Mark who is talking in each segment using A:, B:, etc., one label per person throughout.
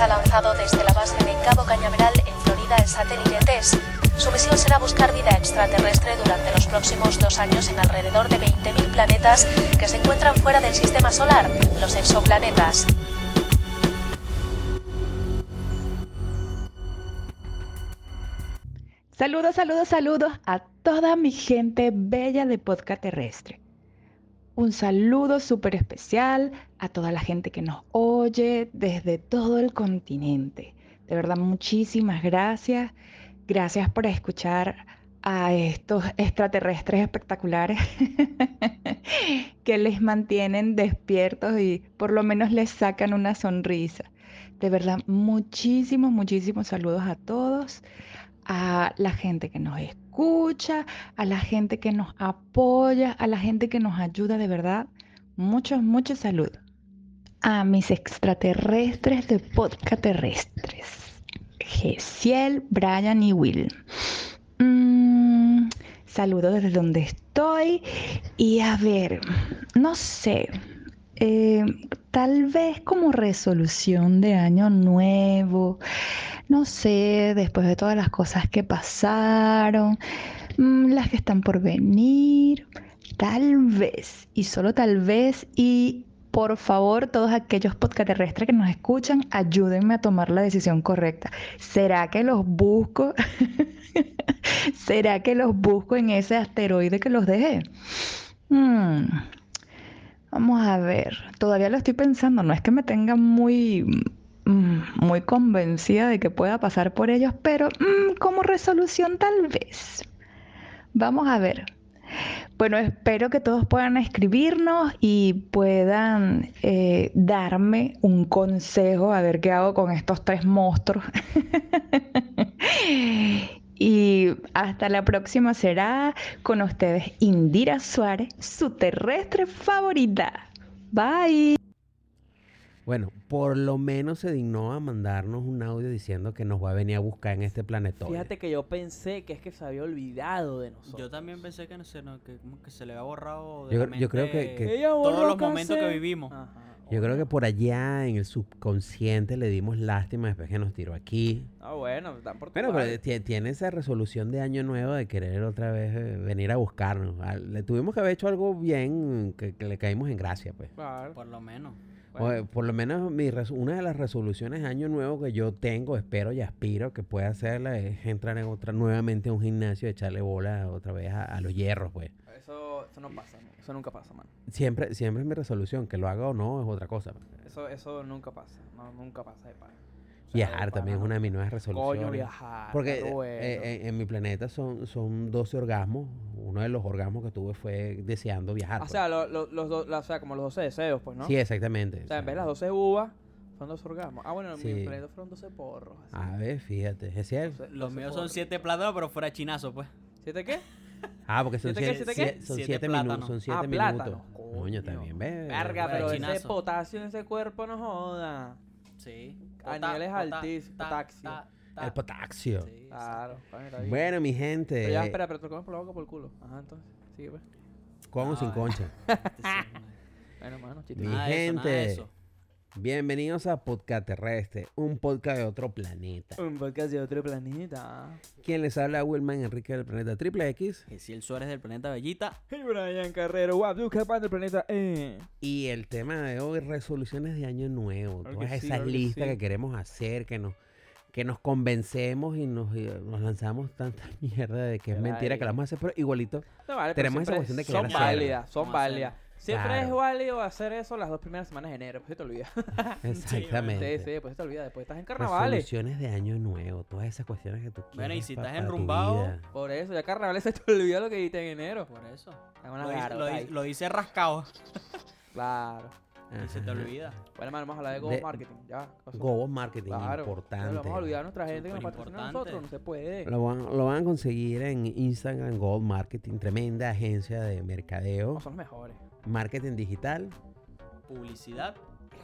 A: ha lanzado desde la base de Cabo Cañaveral en Florida el satélite TESS. Su misión será buscar vida extraterrestre durante los próximos dos años en alrededor de 20.000 planetas que se encuentran fuera del sistema solar, los exoplanetas.
B: Saludos, saludos, saludos a toda mi gente bella de Podcast Terrestre. Un saludo súper especial a toda la gente que nos oye desde todo el continente. De verdad, muchísimas gracias. Gracias por escuchar a estos extraterrestres espectaculares que les mantienen despiertos y por lo menos les sacan una sonrisa. De verdad, muchísimos, muchísimos saludos a todos, a la gente que nos escucha escucha, a la gente que nos apoya, a la gente que nos ayuda de verdad. Muchos, muchos saludos. A mis extraterrestres de podcast terrestres. Gesiel, Brian y Will. Mm, saludo desde donde estoy. Y a ver, no sé. Eh, tal vez como resolución de año nuevo, no sé, después de todas las cosas que pasaron, mm, las que están por venir, tal vez, y solo tal vez, y por favor, todos aquellos podcaterrestres que nos escuchan, ayúdenme a tomar la decisión correcta. ¿Será que los busco? ¿Será que los busco en ese asteroide que los dejé? Hmm. Vamos a ver, todavía lo estoy pensando, no es que me tenga muy, mm, muy convencida de que pueda pasar por ellos, pero mmm, como resolución tal vez. Vamos a ver. Bueno, espero que todos puedan escribirnos y puedan eh, darme un consejo a ver qué hago con estos tres monstruos. Y hasta la próxima será con ustedes Indira Suárez, su terrestre favorita. Bye.
C: Bueno, por lo menos se dignó a mandarnos un audio diciendo que nos va a venir a buscar en este planetoide.
D: Fíjate que yo pensé que es que se había olvidado de nosotros.
E: Yo también pensé que, no sé, no, que, como que se le había borrado de
C: Yo
E: la
C: creo- yo creo que-
E: mente
C: que-
D: Ella borró Ah.
E: todos los momentos que
D: cassette.
E: vivimos.
D: Ajá.
C: Yo creo que por allá en el subconsciente le dimos lástima después que nos tiró aquí.
D: Ah, bueno, están por tu
C: Bueno, pero
D: parte.
C: ti- tiene esa resolución de año nuevo de querer otra vez eh, venir a buscarnos. Ah, Le tuvimos que haber hecho algo bien que, que le caímos en gracia, pues.
D: Claro.
E: Por lo menos.
C: O, eh, por lo menos mi res- una de las resoluciones de año nuevo que yo tengo, espero y aspiro que pueda hacerla es entrar en otra, nuevamente a un gimnasio, echarle bola otra vez a, a los hierros, pues.
D: Eso, eso no pasa, man. eso nunca pasa, man.
C: Siempre, siempre es mi resolución, que lo haga o no es otra cosa.
D: Eso, eso nunca pasa, no, nunca pasa de pana. O sea, de
C: Viajar también es
D: pana,
C: una de mis nuevas
D: no.
C: resoluciones.
D: Coño, viajar.
C: Porque
D: está
C: eh,
D: bueno.
C: eh, en, mi planeta son, son 12 orgasmos. Uno de los orgasmos que tuve fue deseando viajar.
D: o
C: pues.
D: sea, lo- lo- los do- la- o sea, como los 12 deseos, pues, ¿no?
C: Sí, exactamente.
D: o
C: o
D: sea, en
C: sea,
D: vez de las 12 uvas, son dos orgasmos. Ah, bueno, en
C: Sí. Ah, eh.
D: mi planeta fueron 12 porros. así.
C: A ver, fíjate, es cierto.
D: Doce-
E: Los
D: 12
E: míos son
D: porros.
E: siete plátanos, pero fuera chinazo, pues.
D: ¿Siete qué?
C: Ah, porque son
D: ¿Siete qué,
C: 7
D: siete qué?
C: son
E: Siete
C: siete
E: plátanos.
C: minutos. Son siete
D: Ah,
C: minutos.
D: plátano.
C: Coño, también, ve.
D: Verga,
E: fuera de
D: pero ese
E: chinazo.
D: potasio en ese cuerpo no joda.
E: Sí.
D: A
E: Pota-
D: niveles
E: pota-
D: altísimos,
E: ta-
D: potaxio.
E: ta- ta-
C: El potasio.
E: Sí,
D: Claro, coño, está bien.
C: Bueno, mi gente.
D: Pero ya,
C: eh,
D: espera, pero te lo comes por la boca o por el culo. Ajá, entonces. Sigue, pues.
C: Con o sin
D: ah.
E: No,
C: concha.
E: exacto, sí.
D: Bueno, mano, chiste.
C: Mi
E: Nada de eso, nada de
C: gente.
E: eso.
C: Bienvenidos a Podcast Terrestre, un podcast de otro planeta.
D: Un podcast de otro planeta.
C: ¿Quién les habla? Wilman Enrique del planeta Triple X.
E: Gesiel Suárez del planeta Bellita.
D: Hey, Brian Carrero, guau, capaz del planeta. Eh.
C: Y el tema de hoy, resoluciones de año nuevo.
D: Claro que
C: Todas
D: sí,
C: esas
D: claro que
C: listas
D: sí.
C: que queremos hacer, que nos, que nos convencemos y nos, y nos lanzamos tanta mierda de que es
D: Ay.
C: mentira que la vamos a hacer, pero igualito.
D: No, vale, pero
C: Tenemos esa
D: siempre
C: cuestión de querer
D: Son
C: hacerlo.
D: válidas, son
E: Vamos a
D: válidas. Siempre es
C: Claro.
D: válido hacer eso las dos primeras semanas de enero, pues se te olvida.
C: Exactamente.
D: Sí, sí, pues se te olvida. Después estás en carnavales.
C: Resoluciones de año nuevo, todas esas cuestiones que tú quieres.
E: Bueno, y si
C: pa-
E: estás
C: para tu
E: enrumbado,
C: vida.
D: Por eso, ya carnavales se te olvida lo que dijiste en enero.
E: Por eso.
D: Es una
E: Lo, dice-
D: garota
E: lo dice-
D: ahí.
E: lo dice rascado.
D: Claro.
E: Y se te
C: Ajá.
E: olvida.
D: Bueno, hermano, vamos a hablar de Go
C: De-
D: Marketing. Ya. cosa-
C: Gobos marketing,
D: Claro.
C: importante.
D: Lo vamos a olvidar a nuestra gente que nos
E: Superimportante.
D: patrocina a nosotros. No se puede.
C: Lo van, lo van a conseguir en Instagram Gold Marketing, tremenda agencia de mercadeo,
D: No son los mejores.
C: marketing digital,
E: Publicidad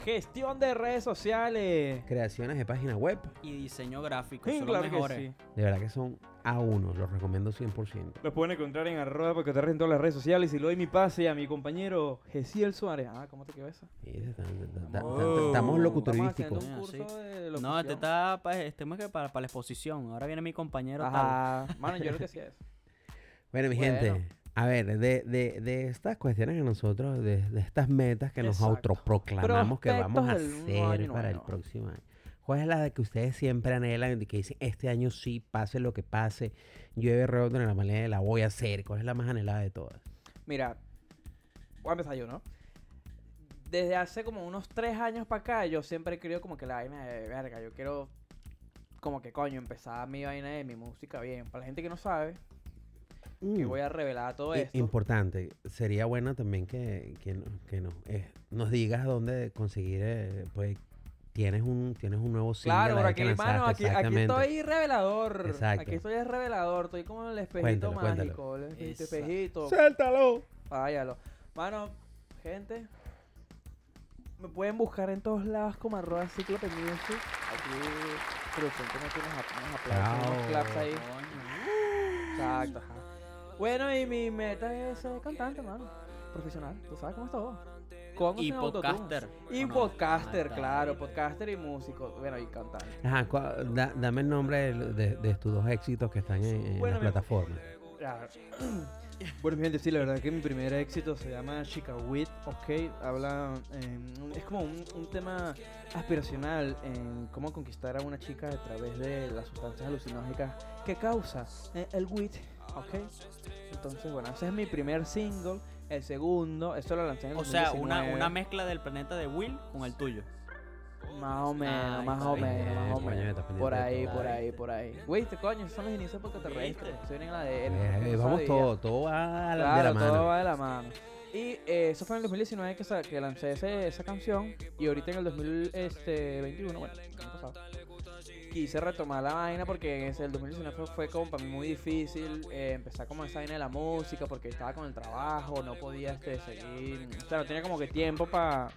D: Gestión de redes sociales.
C: creaciones de página web.
E: y diseño gráfico.
D: Sí,
E: son los
D: claro que
E: mejores.
D: sí.
C: De verdad que son a uno, los recomiendo 100%.
D: Los pueden encontrar en arroba porque te en todas las redes sociales y lo doy mi pase a mi compañero Gesiel Suárez. Ah, ¿cómo te quedó eso?
C: Mira, tan- tan- tan- tan-
E: Vamos.
D: Oh,
C: Estamos
E: Estamos
C: locuturísticos.
D: Estamos haciendo un
E: Ah,
D: curso de locución.
E: No, este está para, este, ¿cómo es que? para, para la exposición. Ahora viene mi compañero tal.
D: Ajá. Mano, yo lo que hacía es.
C: Bueno, mi
D: Bueno.
C: gente, a ver, de, de, de estas cuestiones que nosotros, de, de estas metas que nos
D: Exacto.
C: autoproclamamos que vamos a
D: Prospectos del nuevo
C: hacer
D: año
C: para el
D: nuevo.
C: próximo año. ¿Cuál es la de que ustedes siempre anhelan, de que dicen, este año sí, pase lo que pase, llueve redondo en la manera, la voy a hacer? ¿Cuál es la más anhelada de todas?
D: Mira, voy a empezar yo, ¿no? Desde hace como unos tres años para acá, yo siempre he querido como que la vaina de verga. Yo quiero, como que coño, empezar mi vaina de mi música bien. Para la gente que no sabe, que
C: Mm.
D: voy a revelar todo
C: I-
D: esto.
C: Importante. Sería bueno también que, que, no- que no, eh, nos digas dónde conseguir, eh, pues, tienes un, tienes un nuevo single
D: Claro,
C: ahí
D: por aquí,
C: que lanzaste,
D: hermano, aquí, aquí
C: exactamente.
D: estoy revelador.
C: Exacto.
D: Aquí estoy es revelador, estoy como el espejito
C: Cuéntalo, cuéntalo.
D: mágico, el espejito,
E: Esa.
D: espejito.
C: ¡Suéltalo!
D: Váyalo. Mano, gente, me pueden buscar en todos lados como arroba ciclo de music. Aquí, producción que me tiene unos ap- unos aplausos, unos
C: Bravo.
D: claps ahí.
E: Coño.
D: Exacto, ajá. Bueno, y mi meta es ser cantante, mano. Profesional, tú sabes cómo es todo. Con o
E: Y
D: sin autotune.
E: podcaster.
D: Y
E: ¿o no?
D: podcaster,
E: Ah,
D: claro,
E: está.
D: podcaster y músico. Bueno, y cantante.
C: Ajá, cua- da- dame el nombre del- de, de tus dos éxitos que están en, en
D: Bueno,
C: la
D: mi- eh,
C: plataforma.
D: Ya. Bueno, mi gente, sí, la verdad que mi primer éxito se llama Chica Wit, ok. Habla. eh, es como un, un tema aspiracional en cómo conquistar a una chica a través de las sustancias alucinógenas que causa eh, el wit, ok. Entonces, bueno, ese es mi primer single. El segundo, esto lo lancé en el
E: O sea, una,
D: 2019.
E: una mezcla del planeta de Will con el tuyo.
D: Más o menos,
E: Ay,
D: más o
E: coño,
D: menos, más o
C: coño,
D: menos.
C: estás pendiente
D: Por
C: de
D: ahí,
C: todo,
D: por
E: ¿viste?
D: ahí, por ahí. Viste, coño, esos son los inicios porque te reíste.
E: ¿Viste?
D: Se viene la de él.
C: Eh,
D: no
C: vamos
D: sabía.
C: todo, todo va a la- de la
D: Claro,
C: mano.
D: todo va de la mano. Y eh, eso fue en el 2019 que, sa- que lancé ese- esa canción. Y ahorita en el 2021, bueno, el año pasado, quise retomar la vaina porque en ese- el 2019 fue, fue como para mí muy difícil eh, empezar como esa vaina de la música porque estaba con el trabajo, no podía este, seguir. O sea, no tenía como que tiempo para.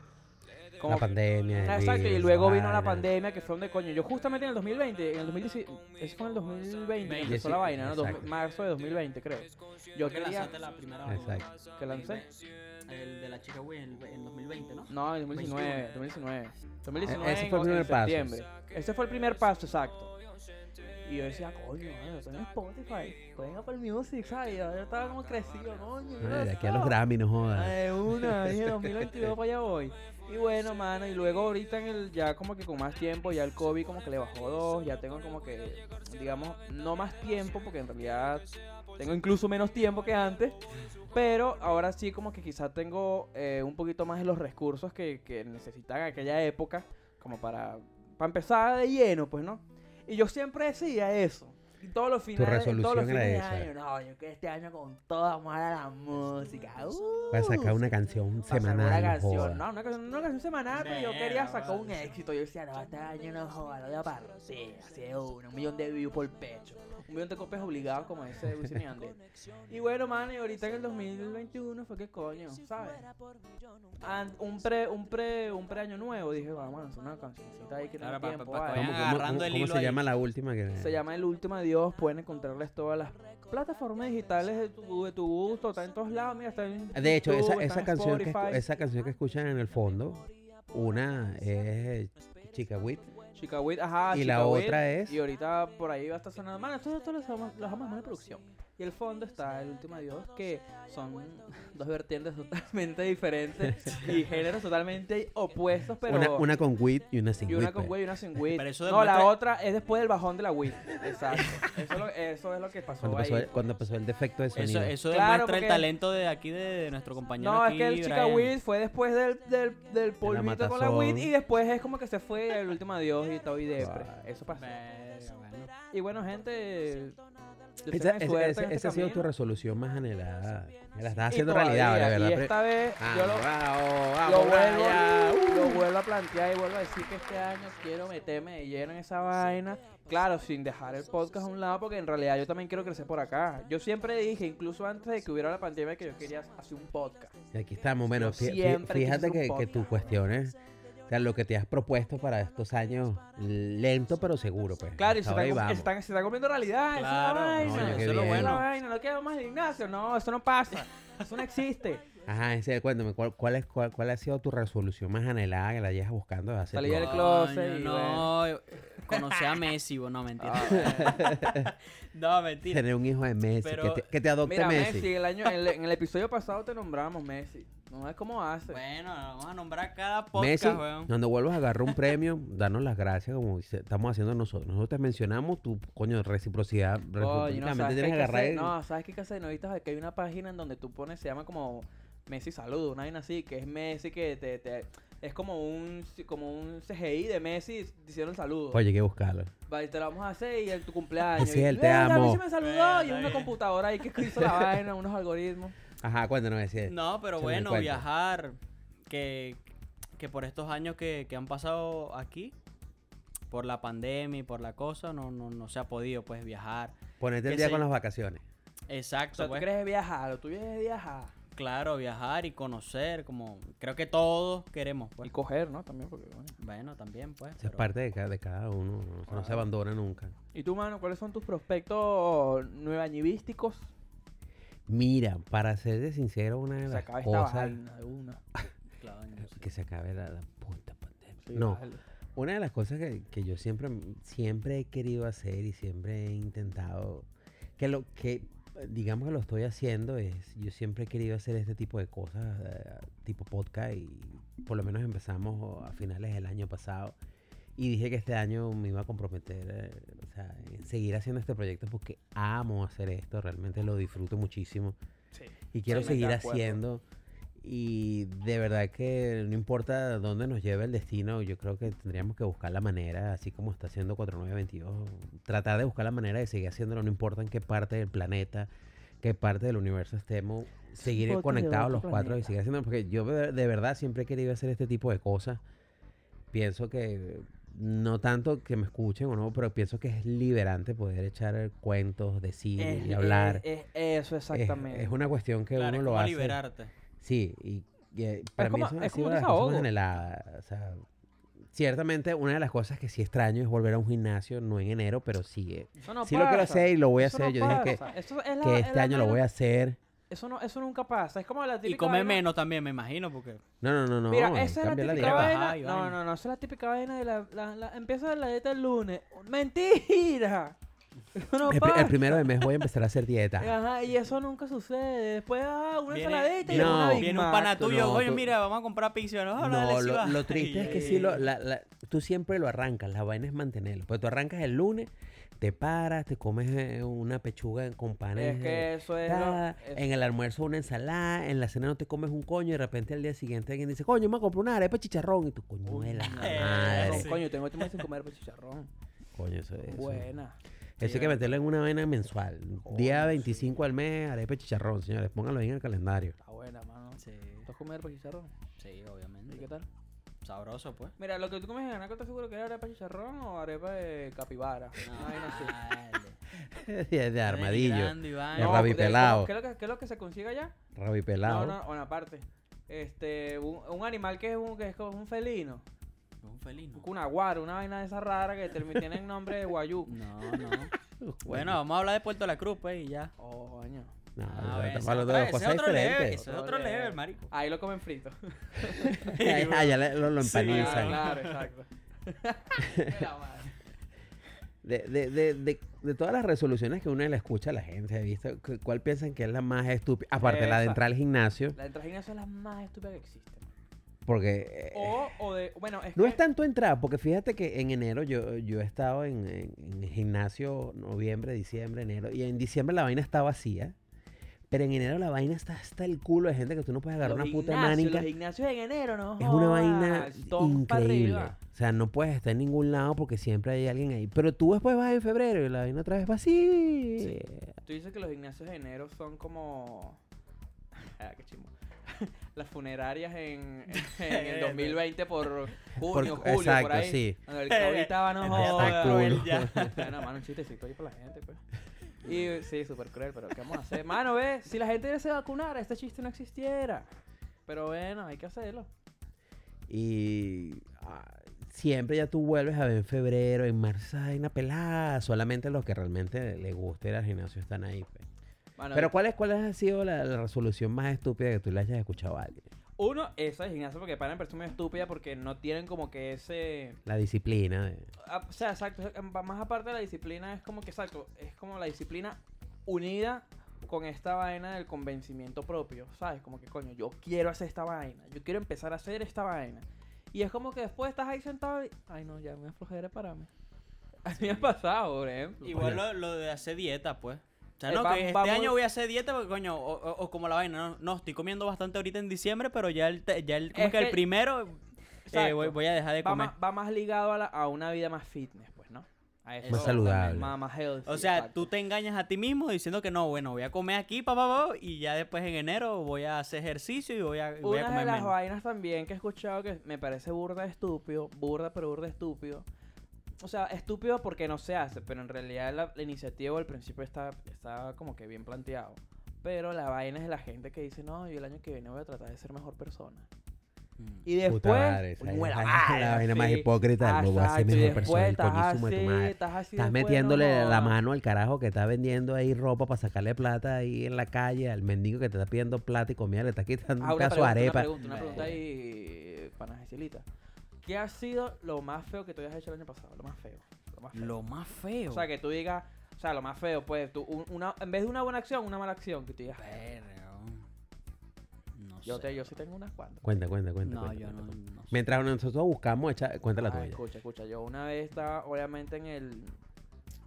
C: La pandemia. el
D: Exacto, y
C: virus,
D: luego vino la
C: vaina.
D: pandemia que fue donde coño. Yo justamente en el 2020, en el 2019, eso fue en el 2020 que empezó la vaina, ¿no? Dos-
C: Exacto.
D: marzo de 2020, creo. Yo
E: Creo que
D: quería
E: lanzaste la primera
C: Exacto.
D: que lancé.
E: El de la chica Will en 2020, ¿no?
D: No, en 2019, 2019. 2019
C: Ah, ese
D: en-
C: fue el primer
D: en
C: paso.
D: septiembre. Ese fue el primer paso, exacto. Y yo decía, coño, mano, estoy en Spotify, estoy en Apple Music, ¿sabes? Yo yo estaba como crecido, coño.
C: Ay, de aquí a
D: eso.
C: los Grammy, no jodas.
D: Ay, Eh, una, dije 2022 para allá voy. Y bueno, mano, y luego ahorita en el, ya como que con más tiempo, ya el COVID como que le bajó dos, ya tengo como que, digamos, no más tiempo, porque en realidad tengo incluso menos tiempo que antes, pero ahora sí como que quizás tengo eh, un poquito más de los recursos que, que necesitaba en aquella época, como para, para empezar de lleno, pues, ¿no? Y yo siempre decía eso. Y todos los finales, en todos los
C: resolución era
D: fines de
C: esa.
D: año, no, yo que este año con toda vamos a dar a la música. uh,
C: Voy a sacar una canción
D: para sacar
C: semanal.
D: Una
C: no
D: canción,
C: jodas.
D: no, una canción, una canción semanal, pero yo
E: Verga,
D: quería sacar un
E: vale.
D: éxito. Yo decía, no, este año no joda, lo voy a partir, así de una, un millón de views por pecho. Un millón de copias obligados como ese de Wisin y Yandel. Y bueno, mano, y ahorita en el 2021 fue que coño, ¿sabes? An- un pre, un pre, un pre año nuevo, dije, vamos a lanzar una cancioncita ahí que tenga
E: Claro, pa- pa-
D: tiempo.
E: pa-
D: vale.
E: vayan
C: ¿Cómo, cómo-
E: agarrando
C: cómo-
E: el
C: cómo
E: hilo
C: se
E: ahí.
C: llama la última? Que...
D: Se llama El Último Adiós, pueden encontrarles todas las plataformas digitales de tu, de tu gusto, está en todos lados, mira, está en
C: De hecho,
D: YouTube,
C: esa,
D: está
C: esa
D: en
C: canción que, escu-
D: Spotify.
C: esa canción que escuchan en el fondo, una es Chica Wit.
D: Chica Wit, ajá.
C: Y la
D: Chica Wit,
C: otra es-
D: Y ahorita por ahí va a estar sonando. Mano, esto, esto lo vamos lo vamos a hacer en producción. Y el fondo está el último adiós, que son dos vertientes totalmente diferentes y géneros totalmente opuestos, pero.
C: Una, una con Wit y una sin
D: y una
C: Wit,
D: con
C: pues.
D: güey y una sin güey.
E: Pero eso
D: No, la
E: demuestra-
D: otra es después del bajón de la güey. Exacto. Eso, es lo- eso es lo que pasó
C: Cuando
D: ahí.
C: pasó, el, cuando pasó el defecto de
E: Eso,
C: sonido.
E: eso
D: Claro,
E: demuestra
D: porque-
E: el talento de aquí de, de nuestro compañero.
D: No,
E: aquí,
D: es que el Chica
E: Brian.
D: Weed fue después del, del, del polvito con la weed
C: matazón.
D: y después es como que se fue el último adiós y todo y depre.
C: Ah.
D: Eso pasó.
E: Verga, bueno.
D: Y bueno, gente.
C: Esa, esa- esa- esa ha sido tu resolución más anhelada. Me la estás haciendo realidad,
D: realidad,
C: ahora, ¿verdad?
D: este Y
C: Pre-
D: esta vez
C: Ah,
D: yo lo,
C: bravo,
D: lo
C: vamos, Uh. Brian.
D: vuelvo, lo vuelvo a plantear y vuelvo a decir que este año quiero meterme de lleno en esa vaina. Claro, sin dejar el podcast a un lado, porque en realidad yo también quiero crecer por acá. Yo siempre dije, incluso antes de que hubiera la pandemia, que yo quería hacer un podcast.
C: Y aquí estamos. Bueno,
D: Yo
C: fí- fí-
D: siempre quise hacer
C: fíjate
D: un
C: que, que
D: podcast.
C: tus cuestiones, o sea, lo que te has propuesto para estos años, lento pero seguro, pues.
D: Claro, y
C: Hasta
D: se está,
C: ahí
D: com-
C: vamos.
D: se, están- se está comiendo realidad. esa
E: Claro,
D: vaina.
C: coño, qué
D: Esa
C: bien.
D: vaina, no queda más el Ignacio. No, eso no pasa. Eso no existe.
C: Ajá, en serio, cuéntame, ¿cuál, cuál, es, cuál, cuál ha sido tu resolución más anhelada que la llevas buscando desde hace
D: Salir del
C: tiempo?
E: Coño,
D: closet y
E: no, conocí a Messi, bo, no, mentira. no, mentira.
C: Tener un hijo de Messi,
E: Pero-
C: que, te, que te adopte
D: Mira, Messi,
C: Messi.
D: el año, en, el, en el episodio pasado te nombramos Messi. No es como hace.
E: Bueno, vamos a nombrar cada podcast,
C: Messi,
E: weón.
C: cuando vuelvas a agarrar un premio, danos las gracias como se- estamos haciendo nosotros. Nosotros te mencionamos tu coño reciprocidad.
D: Oye, no,
C: recíprocamente
D: ¿sabes qué
C: tienes
D: hay
C: que
D: que
C: agarrar.
D: hacer?
C: el-
D: No, ¿sabes qué hay que hacer? No, ahorita que hay una página en donde tú pones, se llama como Messi Saludo, una vaina así, que es Messi que te... te- es como un, como un CGI de Messi diciendo el saludo.
C: Oye, hay que buscarlo.
D: Vale, te lo vamos a hacer y en tu cumpleaños.
C: Ese
D: y,
C: es el te
D: "Verga,
C: amo".
D: Messi me saludó
E: Bueno,
D: y
E: está
D: una
E: bien.
D: computadora ahí que hizo la vaina, unos algoritmos.
C: Ajá, cuéntanos, Messi.
E: No,
C: Eh, Échame
E: pero
C: el
E: bueno,
C: cuento.
E: viajar, que, que por estos años que, que han pasado aquí, por la pandemia y por la cosa, no, no, no se ha podido pues viajar.
C: Ponete el
E: qué
C: día
E: sé
C: con
E: yo.
C: las vacaciones.
E: Exacto,
D: O sea, tú
E: pues,
D: quieres viajar, lo tuyo es viajar.
E: claro, viajar y conocer, como creo que todos queremos.
D: Y
E: Pues.
D: coger, ¿no? También porque, bueno.
E: Bueno, también pues.
C: Esa es
E: pero-
C: parte de cada, de cada uno. No, O sea, no se abandona nunca.
D: ¿Y tú, mano, cuáles son tus prospectos nuevañivísticos?
C: Mira, para ser sincero, una de
D: Se
C: las
D: acaba esta
C: cosas
D: vaina de una.
E: claro, no sé.
C: que se acabe la, la puta pandemia.
D: Sí,
C: no,
D: vale.
C: Una de las cosas que, que yo siempre, siempre he querido hacer y siempre he intentado, que lo que eh, digamos que lo estoy haciendo es, yo siempre he querido hacer este tipo de cosas, eh, tipo podcast, y por lo menos empezamos a finales del año pasado. Y dije que este año me iba a comprometer eh, o sea, en seguir haciendo este proyecto porque amo hacer esto, realmente lo disfruto muchísimo
D: Sí.
C: y quiero
D: Totalmente
C: seguir
D: de acuerdo.
C: haciendo. Y de verdad que no importa dónde nos lleve el destino, yo creo que tendríamos que buscar la manera, así como está haciendo 4922, tratar de buscar la manera de seguir haciéndolo, no importa en qué parte del planeta, qué parte del universo estemos, seguir
D: Fotos de
C: conectados
D: otro
C: los cuatro y
D: planeta.
C: seguir haciendo, porque yo de de verdad siempre he querido hacer este tipo de cosas. Pienso que no tanto que me escuchen o no, pero pienso que es liberante poder echar cuentos, decir
D: Es-
C: y hablar.
D: Es, es eso,
C: Es-
D: exactamente.
C: Es, una cuestión que
E: Claro,
C: uno
E: es
C: lo
E: como
C: hace.
E: liberarte.
C: Sí, y, y, eh, para
D: como-
C: mí eso
D: es
C: ha
D: como
C: sido
D: un
C: de las cosas más
D: desahogo.
C: anheladas, o sea, ciertamente una de las cosas que sí extraño es volver a un gimnasio, no en enero, pero sí. eh,
D: Eso no
C: sí lo quiero
D: pasa,
C: hacer y lo voy a
D: eso
C: hacer.
D: no
C: Yo dije que,
D: pasa, eso es la-
C: que
D: es
C: este
D: la
C: año lo
D: vaina-
C: voy a hacer.
D: Eso, no, eso nunca pasa. Es como la típica.
E: Y come
D: vaina-
E: menos también, me imagino, porque
C: No, no, no, no.
D: Mira,
C: eh,
D: esa es la
C: cambia la
D: típica
E: dieta.
D: vaina.
E: Ajá, y
D: No,
E: vaina.
D: no, no, esa es la típica vaina de la. la, la- empieza la dieta el lunes. ¡Mentira! Eso no
C: El, pri- el
D: pasa.
C: primero de mes voy a empezar a hacer dieta.
D: Ajá, y eso nunca sucede. Después, ah, una
E: viene,
D: ensaladita y
E: viene-
D: una
C: No.
D: Big
E: viene un
D: Mac.
E: pana tuyo,
C: No,
E: oye,
C: tú-
E: mira, vamos a comprar pizza, ¿no? Dale,
C: No,
E: sí
C: lo,
E: va.
C: lo triste es que sí, lo- la- la- tú siempre lo arrancas, la vaina es mantenerlo. Pues tú arrancas el lunes, te paras, te comes eh, una pechuga con panes.
D: Es
C: eh,
D: que eso es. lo-
C: Ta,
D: es-
C: en el almuerzo una ensalada, en la cena no te comes un coño y de repente al día siguiente alguien dice, coño, me compré una arepa de chicharrón y tu coño de la
E: Uy,
C: madre.
E: sí.
D: Coño, tengo este mes sin comer pues, chicharrón.
C: Coño, eso es. Eso
D: Buena.
C: hay que meterlo en una vaina mensual.
D: Coño,
C: día
D: sí.
C: 25 al mes, arepa de chicharrón, señores. Pónganlo ahí en el calendario.
D: Está buena, mano.
E: Sí,
D: ¿Tú has comido arepa de chicharrón?
E: sí,
D: ¿Y
E: obviamente.
D: qué tal?
E: Sabroso, pues.
D: Mira, lo que tú comes en Anaco, te seguro que era arepa de chicharrón o arepa de capibara. Una vaina así.
C: de, de armadillo,
E: Denigrando,
C: El
E: Iván.
D: No,
C: rabi
D: porque-
C: pelao.
D: ¿Qué es lo que, qué es lo que se consigue allá?
C: rabipelado.
D: No, no, bueno, aparte. Este, un, un animal que es un, que es como un felino,
E: Un felino.
D: un cunaguaro, una vaina de esa rara que termi- tiene el nombre de guayú.
E: No, no. bueno, vamos a hablar de Puerto La Cruz, pues, y ya.
D: Oh, coño.
C: No, no,
E: Ah, bueno,
C: estamos
E: ese
C: hablando
E: otra-
C: de
E: ese
C: cosas
E: otro level,
C: diferentes.
E: ese es otro level, marico.
D: Ahí lo comen frito.
C: Ah, ya le- lo, lo
E: Sí,
D: Ah,
C: empanizan.
D: claro, exacto. Mira, madre.
C: De, de, de, de, de todas las resoluciones que uno le escucha a la gente, ¿viste? ¿Cu- ¿cuál piensan que es la más estúpida? Aparte, la de
D: Esa.
C: entrar al gimnasio,
D: Las entrajinas son las más estúpidas que existen.
C: porque... eh,
D: O, o de, bueno, es
C: No
D: que
C: es tanto entrar, porque fíjate que en enero yo, yo he estado en, en- en gimnasio, noviembre, diciembre, enero, y en diciembre la vaina está vacía, pero en enero la vaina está hasta el culo de gente que tú no puedes agarrar
D: los
C: una puta
D: gimnasios-
C: manica.
D: Los gimnasios en enero, no
C: Es una
D: jodas,
C: vaina
D: ton pa'
C: increíble.
D: arriba.
C: O sea, no puedes estar en ningún lado porque siempre hay alguien ahí. Pero tú después vas en febrero y la vaina otra vez va así.
D: Tú dices que los gimnasios de enero son como. Ah, qué chimbo. Las funerarias en, en el 2020 por junio,
C: Por-
D: julio, por
C: exacto,
D: ahí.
C: sí.
D: Cuando el COVID estaba, no
C: Empieza
D: joda.
C: cruel
E: ya.
D: Bueno, mano, un chistecito ahí para la gente, pues. Y sí, súper cruel, pero ¿qué vamos a hacer? Mano, ve, si la gente se vacunara, este chiste no existiera. Pero bueno, hay que hacerlo.
C: Y ah, siempre ya tú vuelves a ver en febrero, en marzo, hay una pelada. Solamente los que realmente le gusta ir al gimnasio están ahí. pues.
D: Mano,
C: Pero ¿cuál, es, ¿cuál ha sido la, la resolución más estúpida que tú le hayas escuchado a alguien?
D: uno, esa es gimnasia porque para en persona estúpida porque no tienen como que ese...
C: La disciplina. de-
D: Ah, O sea, exacto. eh, va- Más aparte de la disciplina, es como que exacto. Es como la disciplina unida con esta vaina del convencimiento propio. ¿Sabes? Como que coño, yo quiero hacer esta vaina. Yo quiero empezar a hacer esta vaina. Y es como que después estás ahí sentado y. Ay, no, ya me aflojera para mí. A mí me ha pasado, por ejemplo.
E: Igual lo, lo de hacer dieta, pues. O sea,
D: Eh,
E: no,
D: va-
E: que este
D: vamos-
E: año voy a hacer dieta porque, coño, o, o- o como la vaina, no, no, estoy comiendo bastante ahorita en diciembre, pero ya el, te- ya el, ¿cómo
D: Es
E: es que,
D: que-
E: el primero eh,
D: Exacto.
E: voy, voy a dejar de
D: va,
E: comer.
D: más, va más ligado a, la- a una vida más fitness, pues, ¿no? A eso
C: Más
D: también,
C: saludable.
D: Más, más healthy.
E: O sea,
D: exacto.
E: tú te engañas a ti mismo diciendo que no, bueno, voy a comer aquí, papá, y ya después en enero voy a hacer ejercicio y voy a,
D: Una
E: voy a
D: de
E: comer
D: las
E: menos.
D: vainas también que he escuchado que me parece burda estúpido, burda pero burda estúpido. O sea, estúpido porque no se hace, pero en realidad la, la iniciativa o el principio está, está como que bien planteado. Pero la vaina es de la gente que dice, no, yo el año que viene voy a tratar de ser mejor persona.
E: Mm.
D: Y después...
C: Puta madre, esa
D: coño,
C: es
D: la
C: la,
D: vaina,
C: vaina más
D: sí. Ah,
C: hipócrita. Lo voy a hacer
D: Exacto, y
C: mejor
D: después
C: persona. el
D: estás
C: coñísimo de tu
D: así,
C: madre.
D: estás así
C: Estás
D: después, no
C: metiéndole la
D: jodas.
C: mano al carajo que está vendiendo ahí ropa para sacarle plata ahí en la calle, al mendigo que te está pidiendo plata y comida, le está quitando
D: Ah,
C: un
D: una
C: pedazo de arepa.
D: pregunta, una pregunta, una pregunta ahí para Angelita. ¿Qué ha sido lo más feo que tú hayas hecho el año pasado? Lo más feo. Lo más feo.
E: Lo más feo.
D: O sea, que tú digas, o sea, lo más feo, pues, tú, un- una, en vez de una buena acción, una mala acción, que tú digas,
E: Perro. No
D: yo,
E: sé.
D: te, yo sí tengo unas cuantas.
C: Cuenta, cuenta, cuenta.
E: No,
C: cuenta,
E: yo
C: cuenta,
E: no,
C: cuenta.
E: no sé.
C: Mientras nosotros buscamos, echa, cuenta la
D: Ah,
C: tuya.
D: Escucha, escucha, yo una vez estaba, obviamente, en el,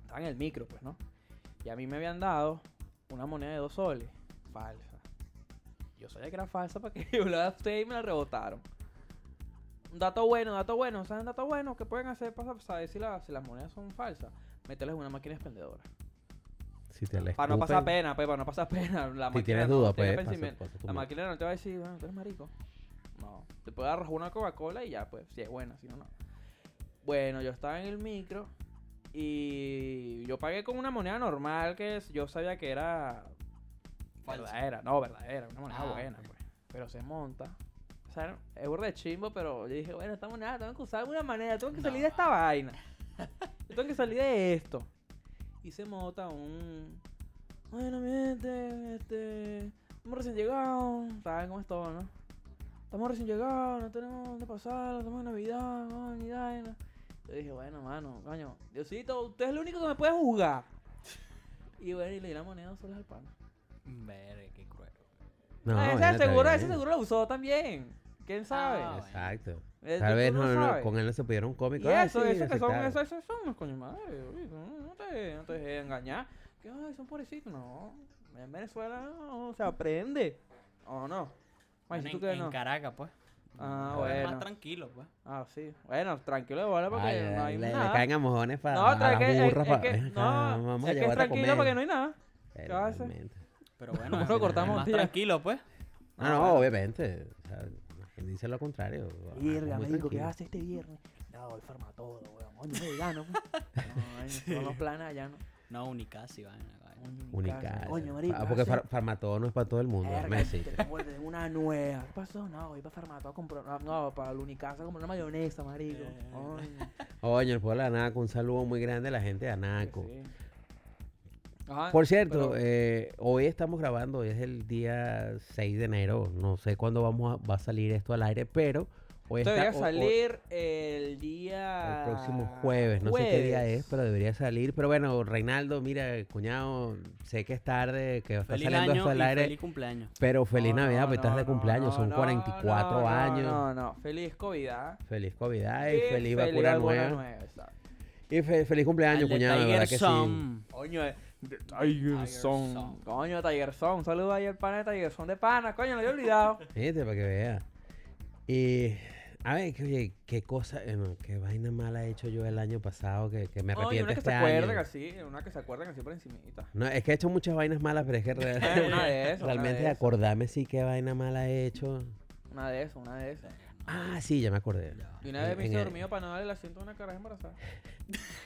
D: estaba en el micro, pues, ¿no? Y a mí me habían dado una moneda de dos soles, falsa. Yo sabía que era falsa porque yo la gasté y me la rebotaron. Un dato bueno, dato bueno, ¿saben dato bueno? ¿Qué pueden hacer para saber si, la- si las monedas son falsas? Mételas en una máquina expendedora.
C: Si te la
D: Para no pasar
C: escupen,
D: pena, pues, para no pasar pena. La
C: Si
D: máquina
C: tienes
D: no
C: dudas,
D: tiene
C: pues. pasa-
D: vencimiento.
C: pasa tu
D: La
C: mano.
D: máquina no te va a decir, bueno, tú eres marico. No. Te puede agarrar una Coca-Cola y ya, pues, si es buena, si no, no. Bueno, yo estaba en el micro y yo pagué con una moneda normal que es- yo sabía que era
E: Falsa.
D: verdadera. No, verdadera, una moneda
E: Ah,
D: buena,
E: ok.
D: pues. Pero se monta. O sea, es burda de chimbo, pero yo dije, bueno, esta moneda tengo que usar de alguna manera, tengo que salir de esta vaina. Yo tengo que salir de esto. Y se monta un... Bueno, mi gente, este... Estamos recién llegados. ¿Saben cómo es todo, no? Estamos recién llegados, no tenemos dónde pasar, estamos en Navidad, no, ni vaina. Yo dije, bueno, mano, coño, Diosito, usted es lo único que me puede juzgar. Y bueno, y le di la moneda dos soles al pana.
E: Verga, qué cruel.
C: No,
D: Ah,
C: bueno,
D: ese
C: está
D: seguro, ese
C: bien.
D: seguro lo usó también. ¿Quién sabe?
E: Ah, bueno.
C: Exacto.
D: Eh,
C: Tal
D: tú-
C: vez
D: tú no
C: no, no,
D: sabes.
C: con él no se pudieron
D: Y
C: cómico. Ah,
D: eso,
C: sí,
D: eso que son,
C: aceptable.
D: eso, eso son unos coño madre, güey, no, no te, no te dejes engañar. Que ay, son pobrecitos, no. En Venezuela no, se aprende. ¿O no? Ay,
E: Bueno,
D: ¿tú
E: en,
D: qué
E: en
D: no?
E: Caracas, pues.
D: Ah,
E: Es
D: bueno.
E: Más tranquilo, pues.
D: Ah, sí. Bueno, tranquilo de bola porque
C: Ay,
D: no hay
C: le, le
D: nada.
C: caen a mojones para
D: no,
C: a
D: tra- que- eh,
C: las
D: es-
C: burras.
D: es
C: pa-
D: que,
C: Ven acá,
D: no,
C: vamos a
D: es que es
C: llevarte a
D: tranquilo porque
C: comer.
D: no hay nada.
C: Pero
D: ¿qué vas a hacer?
C: realmente.
E: Pero bueno,
D: Nosotros
E: es
D: cortamos
E: más
D: tía.
E: tranquilo, pues.
C: Ah, no, obviamente. O sea, quien dice lo contrario. ah,
D: Verga,
C: muy
D: marico, ¿qué
C: tranquilo.
D: vas a hacer este viernes? No, hoy farma todo, weón. Oye, soy vegano. pues. No, ay, son los planes allá, ¿no?
E: No, unicasi, vaina. vaina.
D: Coño, mi casa.
C: Unical.
D: Coño, marico.
C: Ah, porque
D: hace-
C: far- farmatodo no es para todo el mundo.
D: Verga,
C: me decís.
D: te muerde de una nueva. ¿Qué pasó? No, voy para Farmato a comprar. no, No, para la Unicasa a comprar una mayonesa, marico.
C: Eh.
D: Coño,
C: Oye, el pueblo de Anaco, un saludo muy grande a la gente de
D: que
C: Anaco.
D: sí. Ajá,
C: Por cierto,
D: pero-
C: eh, hoy estamos grabando, hoy es el día 6 de enero. No sé cuándo vamos a- va a salir esto al aire, pero hoy
D: Esto
C: está-
D: debería
C: o- o-
D: salir el día.
C: El próximo jueves, no sé qué día es, pero debería salir. Pero bueno, Reinaldo, mira, cuñado, sé que es tarde, que está
E: Feliz
C: saliendo
E: año
C: esto al
E: y
C: aire,
E: feliz cumpleaños.
C: pero feliz
D: No,
C: Navidad,
D: no,
C: pues estás de
D: no,
C: cumpleaños,
D: no,
C: son
D: no,
C: 44
D: no, no,
C: años.
D: No, no, feliz COVID. ¿ah?
C: Feliz COVID
D: Y
C: y feliz vacuna
D: vacuna
C: nueva.
D: nueva, exacto.
C: Y fe- feliz
E: Al
C: cumpleaños,
E: de
C: cuñado, de
E: Tiger
C: verdad que sí.
E: Song.
D: Coño, de- de Tiger Song.
E: Song.
D: Coño, Tiger Song. Un saludo ahí al pana de Tiger Song de pana. Coño, lo había olvidado.
C: Viste, para que vea. Y a ver, que, oye, qué cosa, eh, no, qué vaina mala he hecho yo el año pasado que, que me
D: Oye,
C: arrepiento
D: una que
C: este
D: se
C: año.
D: acuerdan así, una que se acuerdan así por encimita.
C: No, es que he hecho muchas vainas malas, pero es que real-
D: Eh, una de esas, una
C: realmente
D: de esas.
C: acordarme sí qué vaina mala he hecho.
D: Una de esas, una de esas.
C: Ah, sí, ya me acordé.
D: Y una vez
C: En-
D: me
C: en
D: hice
C: el-
D: dormido para no darle el asiento a una caraja embarazada.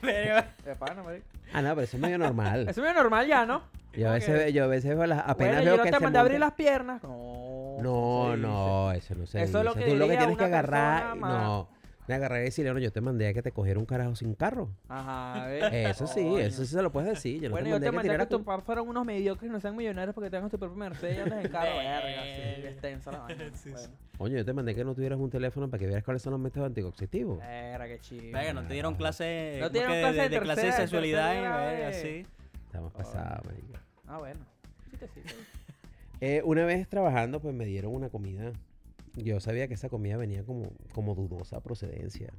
E: Pero-
D: De pana, marico.
C: Ah, no, pero eso es medio normal.
D: Eso es normal ya, ¿no?
C: Yo a veces,
D: Ok.
C: ve- yo a veces veo las, apenas veo
D: Bueno, yo no
C: que
D: te
C: se
D: mandé a abrir
C: monta-
D: las piernas. No.
C: No,
D: se dice.
C: no, eso no se
D: Eso es lo
C: dice.
D: que
C: Tú lo que
D: diría
C: tienes que
D: una persona
C: agarrar,
D: más-
C: no. Me agarré y decirle, "No, yo te mandé a que te cogiera un carajo sin carro.
D: Ajá, ¿ves?
C: Eso sí,
D: Coño.
C: eso sí se lo puedes decir. Yo no
D: bueno,
C: te
D: yo
C: mandé
D: te
C: a que
D: mandé
C: tirara
D: que
C: tu-
D: tus papás fueron unos mediocres y no sean millonarios porque tengas tu propio Mercedes y andas en carro. Verga, sí, qué extensa la vaina. pues.
E: Sí, sí.
D: Bueno,
C: Coño, yo te mandé que no tuvieras un teléfono para que vieras cuáles son los métodos anticonceptivos.
D: Verga, qué chido.
E: Verga, no te dieron clase,
D: No
E: como
D: te dieron
E: que
D: clase de
E: clase de
D: tercera- de
E: sexualidad y
D: tercera
E: verga,
D: edad de-
E: sí.
C: Estamos pasados, marico.
D: Ah, bueno. Sí te sirve.
C: Eh, una vez trabajando, pues me dieron una comida. Yo sabía que esa comida venía como, como dudosa procedencia.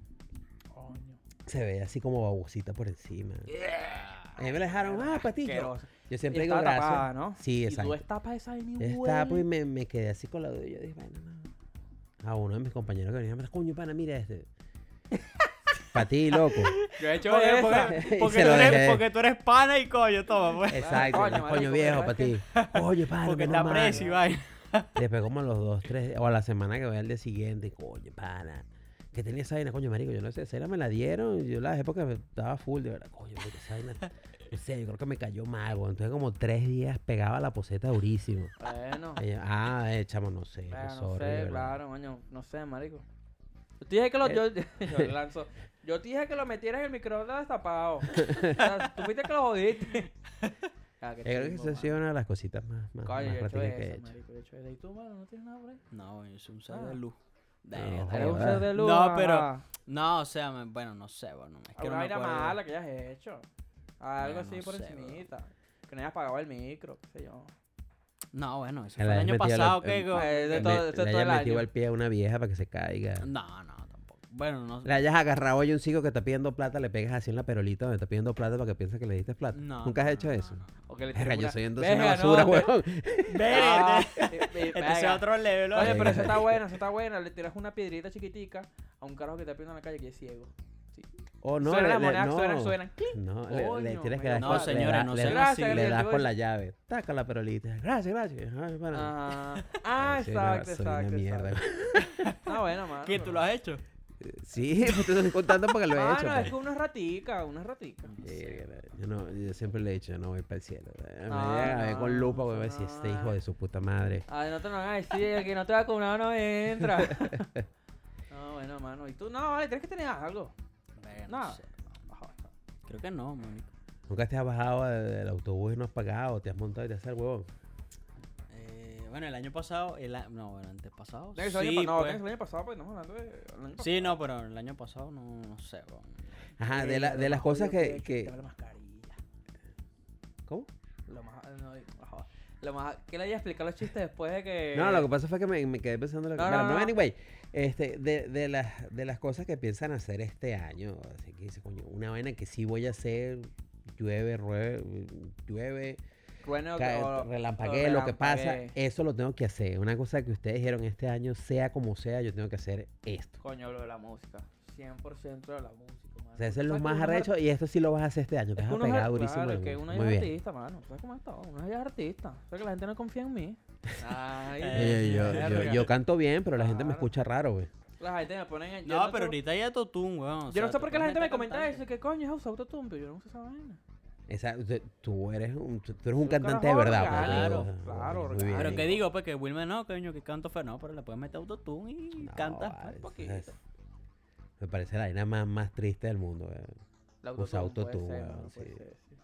D: Coño.
C: Se ve así como babosita por encima. A mí me la dejaron, ah, patillo.
D: Asqueroso.
C: Yo
D: Y
C: siempre digo
D: estaba
C: gracias.
D: tapada, ¿no?
C: Sí,
D: Y tú
C: exacto.
D: destapas esa vaina y
C: Estaba pues
D: huele.
C: y me, me quedé así con la duda. y Yo dije, bueno, no. A uno de mis compañeros que venía, me dijo, coño, pana, mira este. Pa' ti, loco.
E: Yo he hecho
D: Por
E: eso,
D: esa.
E: porque,
C: Y
E: porque
C: se
E: tú
C: lo
E: eres,
C: dejé.
E: porque tú eres pana y coño, toma, pues.
C: Exacto.
D: coño,
C: Coño,
D: vale, porque
C: viejo,
D: la
C: pa' ti. Oye, pana,
E: Porque te
C: menos mal.
E: aprecio, y vaina.
C: Después como a los dos, tres, o a la semana que voy al día siguiente, coño, pana. Que tenía esa vaina, coño, marico, yo no sé, esa vaina me la dieron, yo la dejé porque me- estaba full, de verdad, coño, marico, esa vaina, no sé, yo creo que me cayó mal, güey. Entonces como tres días pegaba la poseta durísimo.
D: Bueno.
C: Y yo, ah, eh, chamo, no sé,
D: Verga, no
C: sorry, de
D: sé,
C: verdad".
D: claro, coño. No sé, marico. Yo te dije que lo...
C: Eh.
D: Yo, yo le lanzo. Yo te dije que lo metieras en el microondas destapado. O sea, tú fuiste que lo jodiste. Ah,
C: Yo
D: qué
C: creo que
D: chimbo,
C: esa ha sido una de las cositas más, más,
D: mano.
C: más
D: Coño, yo he hecho
C: prácticas que he
D: eso,
C: hecho.
D: marico. Yo he hecho eso. ¿Y tú, mano, no tienes nada por ahí?
E: No, es un ser
D: Ah.
E: de luz.
C: No,
D: Eres un
C: joder.
D: ser de luz,
E: No, pero-
D: ajá.
E: No, o sea, me- bueno, no sé, bueno, es que no
D: Alguna
E: me
D: vaina
E: acuerdo.
D: mala que hayas hecho. Algo
E: Mira,
D: así
E: no
D: por
E: sé, bro.
D: encimita. Que no hayas pagado el micro, qué sé yo.
E: No, bueno, eso
C: Que
E: fue el
C: la
E: año
C: hayas metido
E: pasado
C: la-
E: que...
C: en-
E: go-
D: Eh, de
E: que-
D: todo-
C: Le,
D: esto
C: le hayas
D: todo el
C: metido
D: año.
C: al pie a una vieja para que se caiga.
E: No, no, tampoco. Bueno, no,
C: Le hayas agarrado hoy un chico que está pidiendo plata, le pegas así en la perolita donde está pidiendo plata para que piense que le diste plata.
E: no,
C: ¿Nunca has
E: no,
C: hecho
E: no,
C: eso?
E: no.
D: O que le
C: Verga,
D: tires
C: yo
D: una-
C: soy entonces una
D: Verga, no,
C: basura,
D: te-
C: huevón.
D: Ah,
E: Vete.
D: eh, eh,
E: Este es
D: verga.
E: otro level,
D: Oye,
E: oye.
D: pero eso está bueno, eso está bueno. Le tiras una piedrita chiquitica a un carajo que está pidiendo en la calle que es ciego.
C: O no, le-
D: suena la
C: le-
D: moneda,
C: no.
D: suenan, suenan. ¡clic!
C: No, le, le
D: Coño,
C: tienes que
D: me
C: dar
E: No,
C: con- le
E: señores,
C: da-
E: no
C: le
E: sean
C: das-
D: así.
C: Le das
D: Yo-
C: con la llave. Taca la perolita. Gracias, gracias. Ay, para.
D: Ajá. Ah,
C: Ay, soy una-
D: exacto,
C: soy una
D: exacto.
C: mierda.
D: exacto. Ah, bueno, mano.
E: ¿Qué, tú lo has hecho?
C: Sí, pues te estoy contando porque lo he
D: Mano,
C: hecho.
D: es
C: pues.
D: que una ratica, una ratica.
C: Verga, Eh, Yo, no, yo siempre le he dicho, yo no voy para el cielo. Eh, Me
D: No,
C: llega a ver con
D: no,
C: lupa, voy a ver
D: no,
C: si este
D: no.
C: hijo de su puta madre.
D: Ay, Ah, no te lo van a decir, el que no te vacunado no entra. No, bueno, mano. Y tú, no, vale, tienes que tener algo.
E: Verga,
D: No.
E: no sé. Creo que no, man.
C: ¿Nunca te has bajado de- del autobús y no has pagado? ¿Te has montado y te has el huevón?
E: Eh, bueno, el año pasado, el a- no, bueno, antes pasado.
D: Tiene que
E: Sí,
D: ser el año pa- no,
E: pues.
D: tiene que ser el año pasado, pues estamos hablando de. el año
E: sí, no, pero el año pasado no, no sé, bro.
C: Ajá, Ah, de, la-
D: Verga,
C: de
D: lo
C: las
D: más
C: cosas
D: jodido he
C: que...
D: hecho es
C: que-
D: quitarme la mascarilla.
C: ¿Cómo?
D: Lo más. No, no jodas. lo más. ¿Qué le voy a explicar los chistes después de que.?
C: No, lo que pasa fue que me, me quedé pensando... en lo que-
D: Eh, No,
C: Bueno,
D: no,
C: no,
D: no.
C: anyway. Este, de, de las, de las cosas que piensan hacer este año. Así que dice, coño, una vaina que sí voy a hacer... Llueve, rueve, llueve,
D: Truene o-
C: cae,
D: o-
C: relampaguee, lo que pasa,
D: relampaguee.
C: eso lo tengo que hacer. Una cosa que ustedes dijeron este año, sea como sea, yo tengo que hacer esto.
D: Coño, lo de la música. 100% de la música, mano.
C: O sea, eso es
D: Tú
C: lo
D: sabes que
C: más
D: uno ar-
C: arrecho y esto sí lo vas a hacer este año. Te
D: es
C: vas
D: que
C: a
D: uno es ar-
C: pegar durísimo.
D: Claro,
C: en
D: es que
C: el-
D: uno es
C: Muy bien.
D: artista, mano. ¿Tú ¿Sabes cómo es todo? Uno es artista. ¿Sabes que la gente no confía en mí? Ay,
C: Eh, yo, yo-
D: verga.
C: yo canto bien, pero la gente me
D: Claro.
C: escucha raro, güey.
D: La gente me ponen en- yo
E: No, pero
D: sé-
E: ahorita ya Totun, weón.
D: Yo no sé por qué la gente me comenta eso. Que coño es usa autotune, pero yo no uso esa vaina.
C: Esa- usted- tú eres un, tú eres un
D: un
C: cantante de
D: carajo
C: verdad. pues,
E: orgánico,
C: digo,
D: claro,
C: muy bien.
E: Pero
D: orgánico.
E: que digo, pues que Wilmer no, coño, que canto fue, no, pero le puedes meter autotune y
C: No,
E: cantas.
C: vale,
D: un poquito.
C: es- me parece la vaina más, más triste del mundo, güey.
D: La
C: Usa
D: puede
C: autotune,
D: ser,
C: weón,
D: mano, puede
C: sí.
D: ser, sí.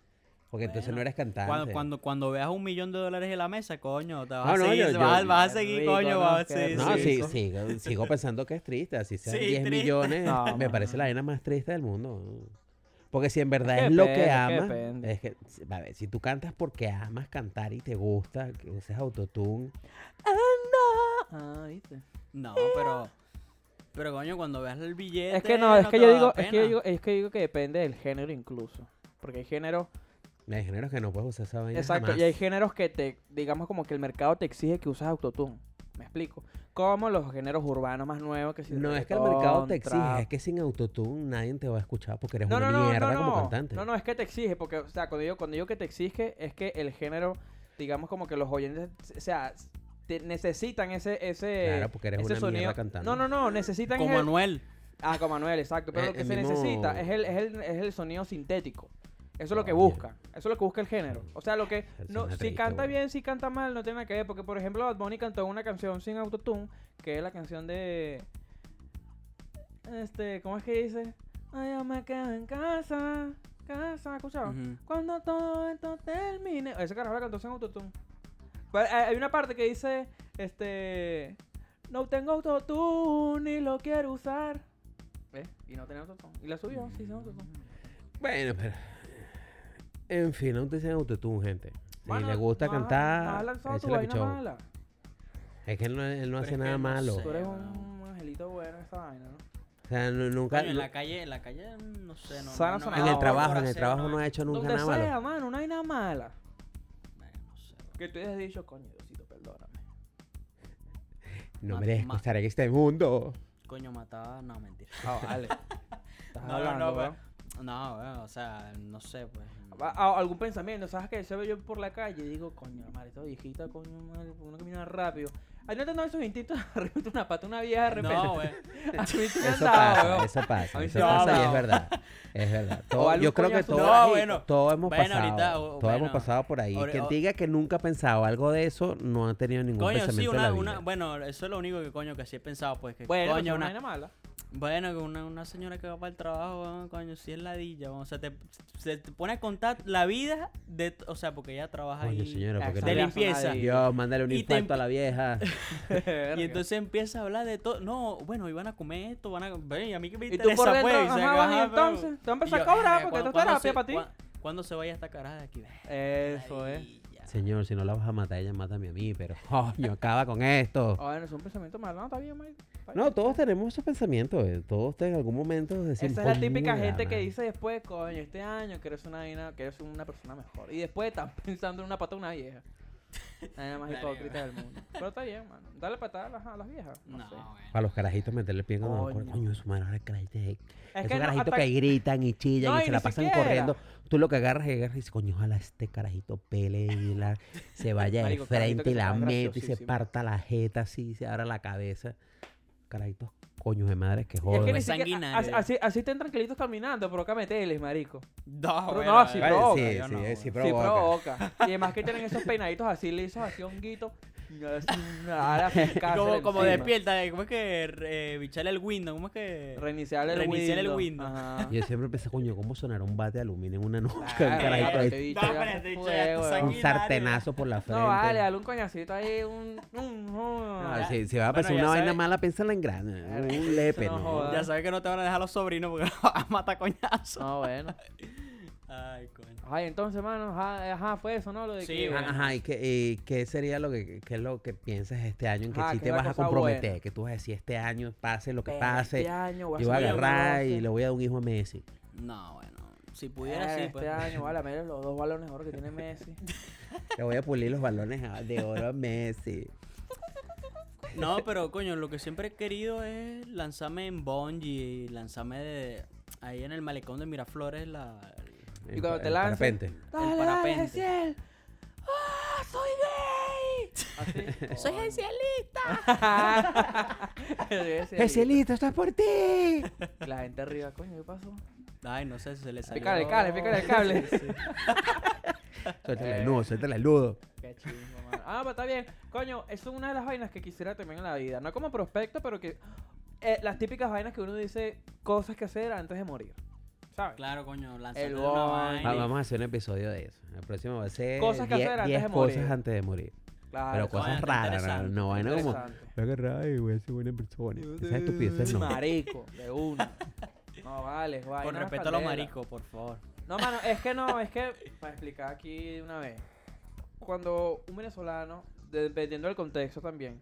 C: Porque entonces
E: Bueno,
C: no eres cantante.
E: Cuando, cuando, cuando veas un millón de dólares en la mesa, coño, te vas
C: No,
E: a
C: no,
E: seguir,
C: yo-
E: vas,
C: yo-
E: vas a
D: Qué
E: seguir,
D: rico,
E: coño,
D: ¿no?
E: vas a
D: Qué
E: seguir.
C: No,
D: Sí,
C: sí,
D: eso.
C: sigo, sigo pensando que es triste. Así sean
E: Sí,
C: 10
E: triste.
C: millones,
D: No,
C: me
D: no,
C: parece
D: no.
C: la vaina más triste del mundo. güey. Porque si en verdad
D: que
C: es lo
D: depende,
C: que
D: es que
C: amas,
D: depende.
C: es que, si- a ver, si tú cantas porque amas cantar y te gusta, que uses autotune,
D: Ah, viste.
E: No, pero. Pero coño, cuando veas el billete.
D: Es que Este no, es que
E: te
D: yo
E: va a
D: digo,
E: dar
D: es que yo
E: pena.
D: digo, es que yo digo que depende del género incluso. Porque hay géneros,
C: hay géneros que no puedes usar esa vaina.
D: exacto,
C: jamás.
D: y hay géneros que te, digamos como que el mercado te exige que uses autotune. Me explico. Como los géneros urbanos más nuevos que si
C: No es que el
D: reggaetón,
C: mercado te exige,
D: trap.
C: es que sin autotune nadie te va a escuchar porque eres
D: no,
C: una
D: no, no,
C: mierda
D: no,
C: como
D: no.
C: cantante.
D: No, no, es que te exige, porque, o sea, cuando digo, cuando digo que te exige, es que el género, digamos como que los oyentes, o sea, te necesitan ese, ese,
C: Claro, porque eres
D: ese
C: una mierda
D: sonido.
C: cantando.
D: No, no, no, necesitan
E: Como
D: ese-
E: Manuel.
D: Ah, con Manuel, exacto.
C: Eh,
D: Pero lo que
C: el
D: se
C: mismo-
D: necesita es el, es, el, es el sonido sintético. Eso es lo que
C: Coño.
D: busca. Eso es lo que busca el género. O sea, lo que.
C: Eso
D: No,
C: suena
D: si
C: triste,
D: canta
C: weón.
D: bien, si canta mal, no tiene nada que ver. Porque, por ejemplo, Bad Bunny cantó una canción sin autotune, que es la canción de. Este, ¿cómo es que dice? Ay, yo me quedo en casa, casa, ¿escuchado?
E: Ujú.
D: Cuando todo esto termine. Ese carajo la cantó en autotune. Pero Hay hay una parte que dice, este, no tengo autotune ni lo quiero usar. ¿Ves? Y no tenía autotune. Y la subió, sí, sin autotune.
E: Mm.
C: Bueno, pero. En fin, no utilicen autotune, gente. Si
D: Mano,
C: le gusta
D: no has- no has
C: cantar,
D: lanzado tu
C: échale
D: vaina
C: pichón.
D: mala.
C: Es que él no, él no
E: Pero
C: hace
E: es que
C: nada
E: no
C: malo.
E: sé.
D: Tú eres
E: mano.
D: un angelito bueno en esta vaina, ¿no?
C: O sea, nu- nunca.
E: Coño, en
C: nu-
E: la calle, en la calle, no sé, no.
D: Sana,
E: no- no-
D: sana.
E: no-
C: en el
E: no-
C: trabajo, en el
E: borracero,
C: trabajo no ha
E: es-
C: hecho nunca
D: Donde
C: nada malo.
D: sea, mano, una vaina mala.
E: Bueno, no sé.
D: Que tú hayas dicho, coño, Diosito, perdóname.
C: No
E: Ma-
C: merezco
E: ma-
C: estar en este mundo.
E: Coño, mataba, no, mentira.
D: Ah, vale. Estás
E: No, no,
D: hablando,
E: no,
D: weón.
E: No, bueno, o sea, no sé, pues.
D: Va- a- algún pensamiento, ¿sabes qué? Se ve yo por la calle y digo, coño, madre, esta viejita, coño, madre, ¿por qué uno camina rápido. Ay, no te esos instintos arriba de una pata, una vieja de repente.
E: No, güey.
D: a mí sí me han
C: Eso
D: dado,
C: pasa,
D: weón.
C: eso
D: A
C: pasa,
D: mí
C: eso
D: sí me
E: ha
C: pasa y es
E: dado.
C: verdad. Es verdad. Todo-
D: O algo
C: yo creo que
D: coñazo,
C: todos
E: no,
C: aquí-
E: bueno.
C: todos hemos
E: Bueno,
C: pasado.
E: ahorita, o-
C: todos
E: bueno.
C: hemos pasado por ahí.
E: Ahora-
C: Quien
E: o-
C: te diga que nunca ha pensado algo de eso, no ha tenido ningún
E: Coño,
C: pensamiento
E: sí,
C: en la
E: una,
C: vida.
E: una, bueno, eso es lo único que coño que sí he pensado, pues que
D: Bueno,
E: coño,
D: coño, una
E: una,
D: vaina mala.
E: Bueno, que una, una señora que va para el trabajo, weón, coño, sí es ladilla, weón. O sea, te, se te pone a contar la vida de. t- O sea, porque ella trabaja
C: Coño,
E: ahí.
C: señora, porque
E: de
C: no...
D: Exacto.
E: limpieza.
D: Nadie.
C: Dios, mándale un
E: Y te
C: infarto a
E: empi-
C: la vieja.
E: Y entonces empieza a hablar de todo. No, bueno, y van a comer esto, van a. Ven, y a mí que me
D: y tú por
E: interesa,
D: dentro,
E: pues.
D: ajá,
E: saca,
D: vas, y
E: ajá, pero-
D: entonces, te vas a empezar
E: Y
D: a
E: yo,
D: cobrar porque
E: "Verga,
D: esto
E: ¿cuándo-
D: es
E: cuándo
D: terapia
E: se-
D: para ti.
E: cuá- ¿Cuándo se vaya esta caraja de aquí?
D: Eso es.
C: Señor, si no la vas a matar, ella mátame a mí, pero coño, acaba con esto.
D: Ah,
E: Oh.
D: Bueno, es un pensamiento malo, no, está bien, marico. Está bien.
C: No, todos tenemos esos pensamientos. eh. Todos te- en algún momento decimos.
D: Esa es la
C: "Coño,
D: típica gente
C: gana".
D: que dice después, coño, este año quiero ser una, vaina- quiero ser una persona mejor. Y después están pensando en una pata de una vieja. Nada más
E: Marico.
D: hipócrita del mundo. Pero está bien, mano. Dale patada a las, a las viejas. No,
E: No,
D: sé.
C: A los carajitos meterle el pie cuando coño.
D: Coño.
C: coño, su madre, ahora carajitos. Es Esos
D: no,
C: carajitos
D: hasta-
C: que gritan y chillan
D: No,
C: y
D: y
C: se
D: ni
C: la pasan
D: siquiera.
C: corriendo. Tú lo que agarras y agarras y dices, coño, ojalá este carajito pele y la, se vaya de
D: Marico,
C: frente
D: carajito que
C: y
D: se
C: la
D: paran
C: mete y se
D: graciosísimo.
C: parta la jeta así, se abra la cabeza. Carajitos, coños de madre, que
D: Y es que
C: joden.
D: ni
E: Es
D: siquiera, así,
E: sanguinario.
D: así, así estén tranquilitos caminando, pero acá meteles, marico.
E: No,
D: Pero
E: bueno,
D: no, sí,
E: eh,
D: bro.
E: yo
C: sí,
E: no,
C: sí,
E: weón.
C: sí,
D: Sí,
C: provoca.
D: provoca. Y además que tienen esos peinaditos así lisos, así honguitos. Ahora
C: ah,
E: Como, como despierta, eh, ¿cómo es que eh, bichale el window? ¿Cómo es que.?
D: Reiniciar el
E: Reiniciar el
D: Windows.
E: Windows.
D: Ajá.
C: Yo siempre pensé, coño, ¿cómo sonará un bate de aluminio en una nuca?
D: Claro,
C: un carajito
D: este
C: ahí,
D: bicho
E: Eh,
D: ya
E: No, pero
D: se
E: este bicho
D: fue,
E: ya está
D: weón.
E: sanguinario.
C: un sartenazo por la frente.
D: No, vale, dale un coñacito ahí, un... un- Ah,
C: No,
E: ya.
C: si, si va a
E: Bueno,
C: pensar
E: ya
C: una vaina
E: sabe.
C: mala, piénsala en grana. Un lepe,
D: no
C: no.
D: joda.
E: Ya sabes que no te van a dejar los sobrinos porque los vas a matar coñazo.
D: No, bueno.
E: Ay, coño.
D: Ay, entonces, mano, ajá, ajá, fue eso, ¿no? Lo de
E: Sí,
D: que-
E: güey.
C: Ah, Ajá, ¿y qué, y qué sería lo que, qué es lo que piensas este año? En que
D: Ah,
C: sí
D: que
C: te
D: la
C: vas a
D: cosa
C: comprometer,
D: buena.
C: que tú vas a decir este año, pase lo que
D: Pero
C: pase,
D: Este año, voy
C: yo voy a
D: hacer un
C: agarrar y
D: negocio.
C: le voy a dar un hijo a Messi.
E: No, bueno. Si pudiera,
D: Eh,
E: sí.
D: Este
E: Pues.
D: año, vale, mira los dos balones ahora que tiene Messi.
C: Le voy a pulir los balones a- de oro a Messi.
E: No, pero coño, lo que siempre he querido es lanzarme en Bonji, lanzarme de, ahí en el malecón de Miraflores. La,
D: Y cuando te
C: lanzas.
D: lances-
C: De repente.
E: El parapente.
D: Jaciel. ¡Ah, soy gay! Así.
E: ¡Soy especialista!
D: Jacielito.
C: ¡Jesielito, esto es por ti!
D: Y La gente arriba, coño, ¿qué pasó?
E: Ay, no sé si se le salió.
D: Pícale el cable, pícale el cable. Eh.
C: Suéltale el nudo, suéltale el nudo.
D: Qué chingo, mano. Ah, pero está bien. Coño, eso es una de las vainas que quisiera también en la vida. No como prospecto, pero que. eh, las típicas vainas que uno dice cosas que hacer antes de morir. ¿Sabes?
E: Claro, coño, lanzarte
D: El
E: de una
D: Bonji.
E: vaina.
C: Va- vamos a hacer un episodio de eso. El próximo va a ser
D: Cosas que
C: 10
D: hacer antes
C: 10
D: de morir. Ah,
C: cosas antes de morir.
D: Claro.
C: Pero
E: coño,
C: cosas
E: está
C: raras, no,
E: interesante,
C: no vaina como... Voy
D: Interesante.
C: a agarrar y voy a ser buena persona. Esa estupidez no.
D: Marico, de una. No vale, vainas
E: Con respeto a los
D: candela.
E: maricos, por favor.
D: No, mano, es que no, es que, para explicar aquí de una vez, cuando un venezolano, de- dependiendo del contexto también,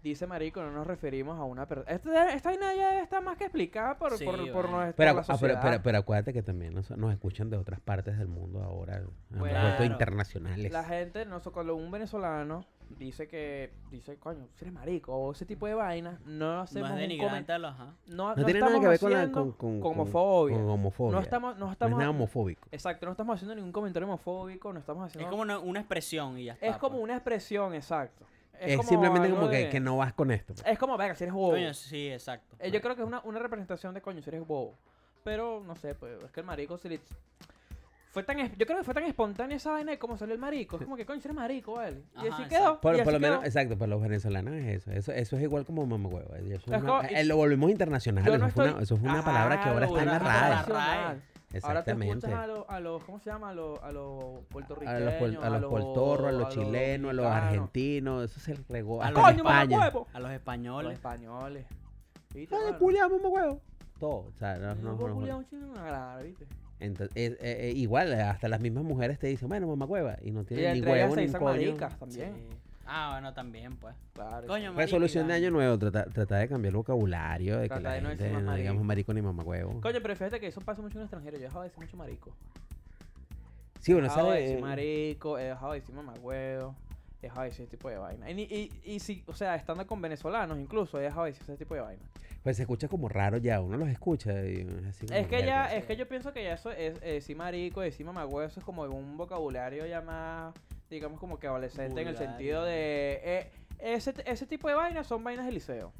D: dice marico, no nos referimos a una persona. Esta, esta vaina ya está más que explicada por,
E: Sí,
D: por, por
E: vale.
D: nuestra
C: Pero,
D: por la
C: acu- ah, pero-
D: sociedad.
C: pero- pero acuérdate que también nos, nos escuchan de otras partes del mundo ahora, en
D: Bueno.
C: puestos
E: Claro.
C: internacionales.
D: La gente, no sé, cuando un venezolano dice que, dice, coño, si eres marico, o ese tipo de vaina, no
E: No
D: hacemos
E: es
D: un comentario.
E: denigrante a los. ajá.
D: No,
C: no
D: no
C: tiene nada
D: estamos
C: que ver con, la,
D: haciendo
C: con, con- con-
D: homofobia.
C: con homofobia.
D: No estamos, no
C: No es
D: estamos,
C: nada homofóbico.
D: exacto, no estamos haciendo ningún comentario homofóbico, no estamos haciendo
E: Es como una, una expresión y ya está.
D: Es como
E: pues.
D: una expresión, exacto.
C: Es, simplemente
D: algo
C: como que,
D: de-
C: que no vas con esto. pues.
D: Es como, venga, si eres bobo.
E: Coño, sí, exacto.
D: Eh, yo creo que es una, una representación de coño, si eres bobo. Pero, no sé, pues, es que el marico, si le... Fue tan, es- yo creo que fue tan espontánea esa vaina de cómo salió el marico. Es como que coño, eres marico, vale. Y
E: Ajá,
D: así
E: exacto.
D: quedó.
C: Por,
D: y
C: por
D: así
C: lo menos,
D: quedó.
C: exacto, para los venezolanos es eso. Eso, eso es igual como mamahuevo. Eso, es
D: Pero es
C: una-
D: como-
C: eh, lo volvimos internacional.
D: Yo
C: Eso,
D: no
C: fue
D: estoy-
C: una, eso fue una
D: Ajá,
C: palabra que ahora
D: lo
C: está en la
D: volvimos
E: volvimos
C: RAE.
E: a la
D: internacional.
E: RAE.
D: Ahora te
C: Exactamente.
D: escuchas a los, a los, ¿cómo se llama? A los, a los puertorriqueños.
C: A los, puer- a los puertorros, a los chilenos, a los
D: dominicanos,
C: argentinos. Eso se regó
E: A
C: hasta
E: los-
C: en
D: ¡Coño,
C: España.
D: mamahuevo!
E: A los
D: A los
E: españoles.
D: españoles. ¿Viste,
C: ¡Ah,
D: mano?
C: culiao, mamahuevo! Todo. O sea, no,
D: No,
C: no,
D: puedo
C: no-
D: culiar un chino en una grada, ¿viste?
C: Entonces, eh, eh, eh, igual, eh, hasta las mismas mujeres te dicen, bueno, mamahueva. Y no
D: Y
C: tienen ni
D: entre
C: huevo
D: ellas se
C: ni
D: dicen
C: coño.
D: maricas también.
E: Sí. Ah, bueno, también, pues.
D: Claro.
E: Coño, marico,
C: Resolución de
E: y
C: año
E: vaina.
C: nuevo, trata- tratar de cambiar el vocabulario, de que
D: Trata
C: la
D: de no decir
C: gente
D: más
C: no digamos marico ni mamahuevo.
D: Coño, pero fíjate que eso pasa mucho en el extranjero. Yo he dejado de decir mucho marico.
C: Sí,
D: He
C: bueno,
D: dejado de
C: ¿sabes?
D: ah, decir marico, he dejado de decir mamagüeo, he dejado de decir ese tipo de vaina. Y, ni- y, y si, o sea, estando con venezolanos incluso, he dejado de decir ese tipo de vaina.
C: Pues se escucha como raro ya, uno los escucha. y es así como,
D: Es que ya,
C: "Verga".
D: es que yo pienso que ya eso es eh, decir marico, decir mamagüeo, eso es como un vocabulario ya más, digamos, como que adolescente en el
E: Vulgar,
D: sentido
E: ¿no?
D: de... eh, ese, ese tipo de vainas son vainas del liceo.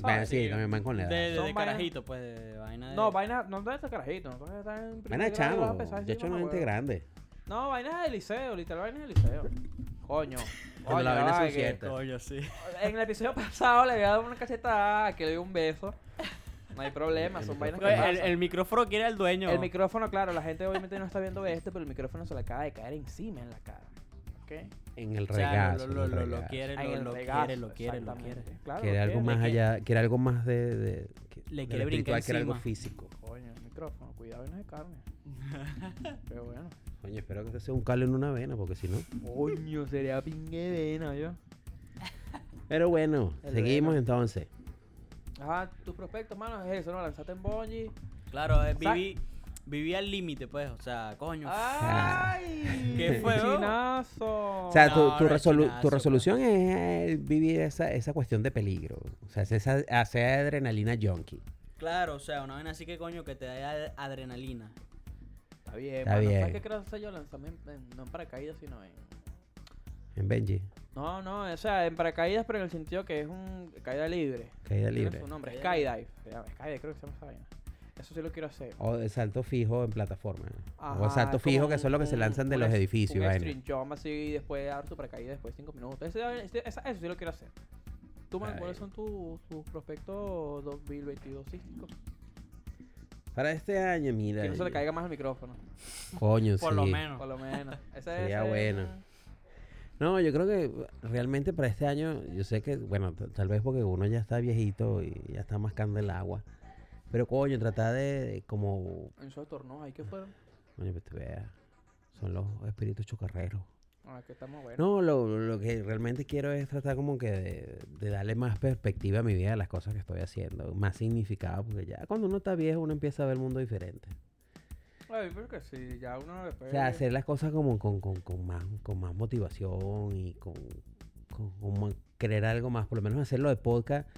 C: Bueno,
D: ¿sabes?
C: sí, también van con la
E: De,
C: edad.
E: de-
D: Son
E: de
D: vainas-
E: carajito, pues, de, de vaina de...
D: No, vainas, no de estos carajitos, no están en
C: Bueno,
D: primer grado, vas a
C: ah, chamo,
D: empezar
C: ya
D: a decir
C: hecho no
D: mamagüeo.
C: gente grande.
D: No, vainas de liceo, literal vainas de liceo. Coño.
C: Cuando la
D: Coño,
C: vaina es
D: vale,
C: un
D: que-
C: siete.
E: Coño, sí.
D: En el episodio pasado le había dado una cachetada, que le dio un beso. No hay problema, son vainas que
E: Pues, el,
D: pasan.
E: el micrófono que era el dueño.
D: El micrófono, claro, la gente obviamente no está viendo esto, pero el micrófono se le acaba de caer encima en la cara. ¿Ok?
C: En el
E: O sea,
C: regazo. en
E: lo, lo-
C: el
E: lo- lo
C: regazo.
E: quiere,
D: Ahí en
E: lo,
D: el
E: lo
D: regazo,
E: quiere, lo quiere, lo
D: exactamente.
E: quiere.
D: Claro,
C: Quiere
D: lo
C: algo
D: quiere.
C: más
E: que-
C: allá, quiere algo más de... de- que-
E: Le
C: de lo
E: quiere brincar
C: espiritual, Quiere algo
E: encima.
C: físico.
D: Coño, el micrófono, cuidado, no es de carne. Pero bueno.
C: Coño, espero que este sea un calo en una vena, porque si no...
D: Coño, sería pingue vena, yo.
C: Pero bueno,
D: El
C: seguimos
D: veno.
C: entonces.
D: Ajá, Ah, tus prospectos, mano, es eso, ¿no? Lanzate en Bonji.
E: Claro, eh,
D: Sa-
E: viví, viví al límite, pues. O sea, coño.
D: Ah. ¡Ay!
E: ¿Qué fue, oh?
D: ¡Chinazo!
C: O sea, tu,
E: No,
C: tu
E: no,
C: resolu-
E: chinazo,
C: tu
E: pues.
C: resolución es eh, vivir esa, esa cuestión de peligro. O sea, es esa, hacer adrenalina junkie.
E: Claro, o sea, una vaina así que coño que te da ad- adrenalina.
D: Está bien,
C: Está
D: mano.
C: bien.
D: ¿Sabes qué creo hacer yo? Lanzarme en- en- no en paracaídas, sino en...
C: En Benji,
D: No, no, o sea, en paracaídas, pero en el sentido que es un caída libre.
C: caída
D: Tiene
C: libre.
D: su nombre,
E: Caída
D: skydive. Se llama Skydive, creo que se llama esa vaina. Eso sí lo quiero hacer.
C: O de salto fijo en plataforma. o
D: Ajá,
C: salto
D: es como
C: fijo, que
D: un-
C: son los que se
D: un-
C: lanzan de
D: un
C: los
D: ex-
C: edificios. y
D: Un
C: vaina.
D: extreme jump así y después dar tu paracaídas después de 5 minutos. Ese- ese- esa- eso sí lo quiero hacer. ¿Tú, man,
C: Ay.
D: cuáles son tus tus prospectos 2022 císticos?
C: Para este año, mira.
D: Que no se le
C: yo-
D: caiga más el micrófono,
C: Coño,
E: Por
C: sí.
E: lo menos.
D: por lo menos. Ese-
C: Sería
D: ese-
C: bueno. No, yo creo que eh, realmente para este año, yo sé que, bueno, t- tal vez porque uno ya está viejito y ya está mascando el agua. Pero coño, tratar de, de como.
D: En su torno, ahí que fueron.
C: Coño, pues tú veas, Son los espíritus chocarreros.
D: Ah, que estamos buenos.
C: No, lo, lo que realmente quiero es tratar como que de, de darle más perspectiva a mi vida, a las cosas que estoy haciendo, más significado, porque ya cuando uno está viejo uno empieza a ver el mundo diferente.
D: Ay, pero que sí, ya uno después.
C: O sea, hacer las cosas como con, con, con más, con más motivación y con, con, con más- querer algo más, por lo menos hacerlo de podcast.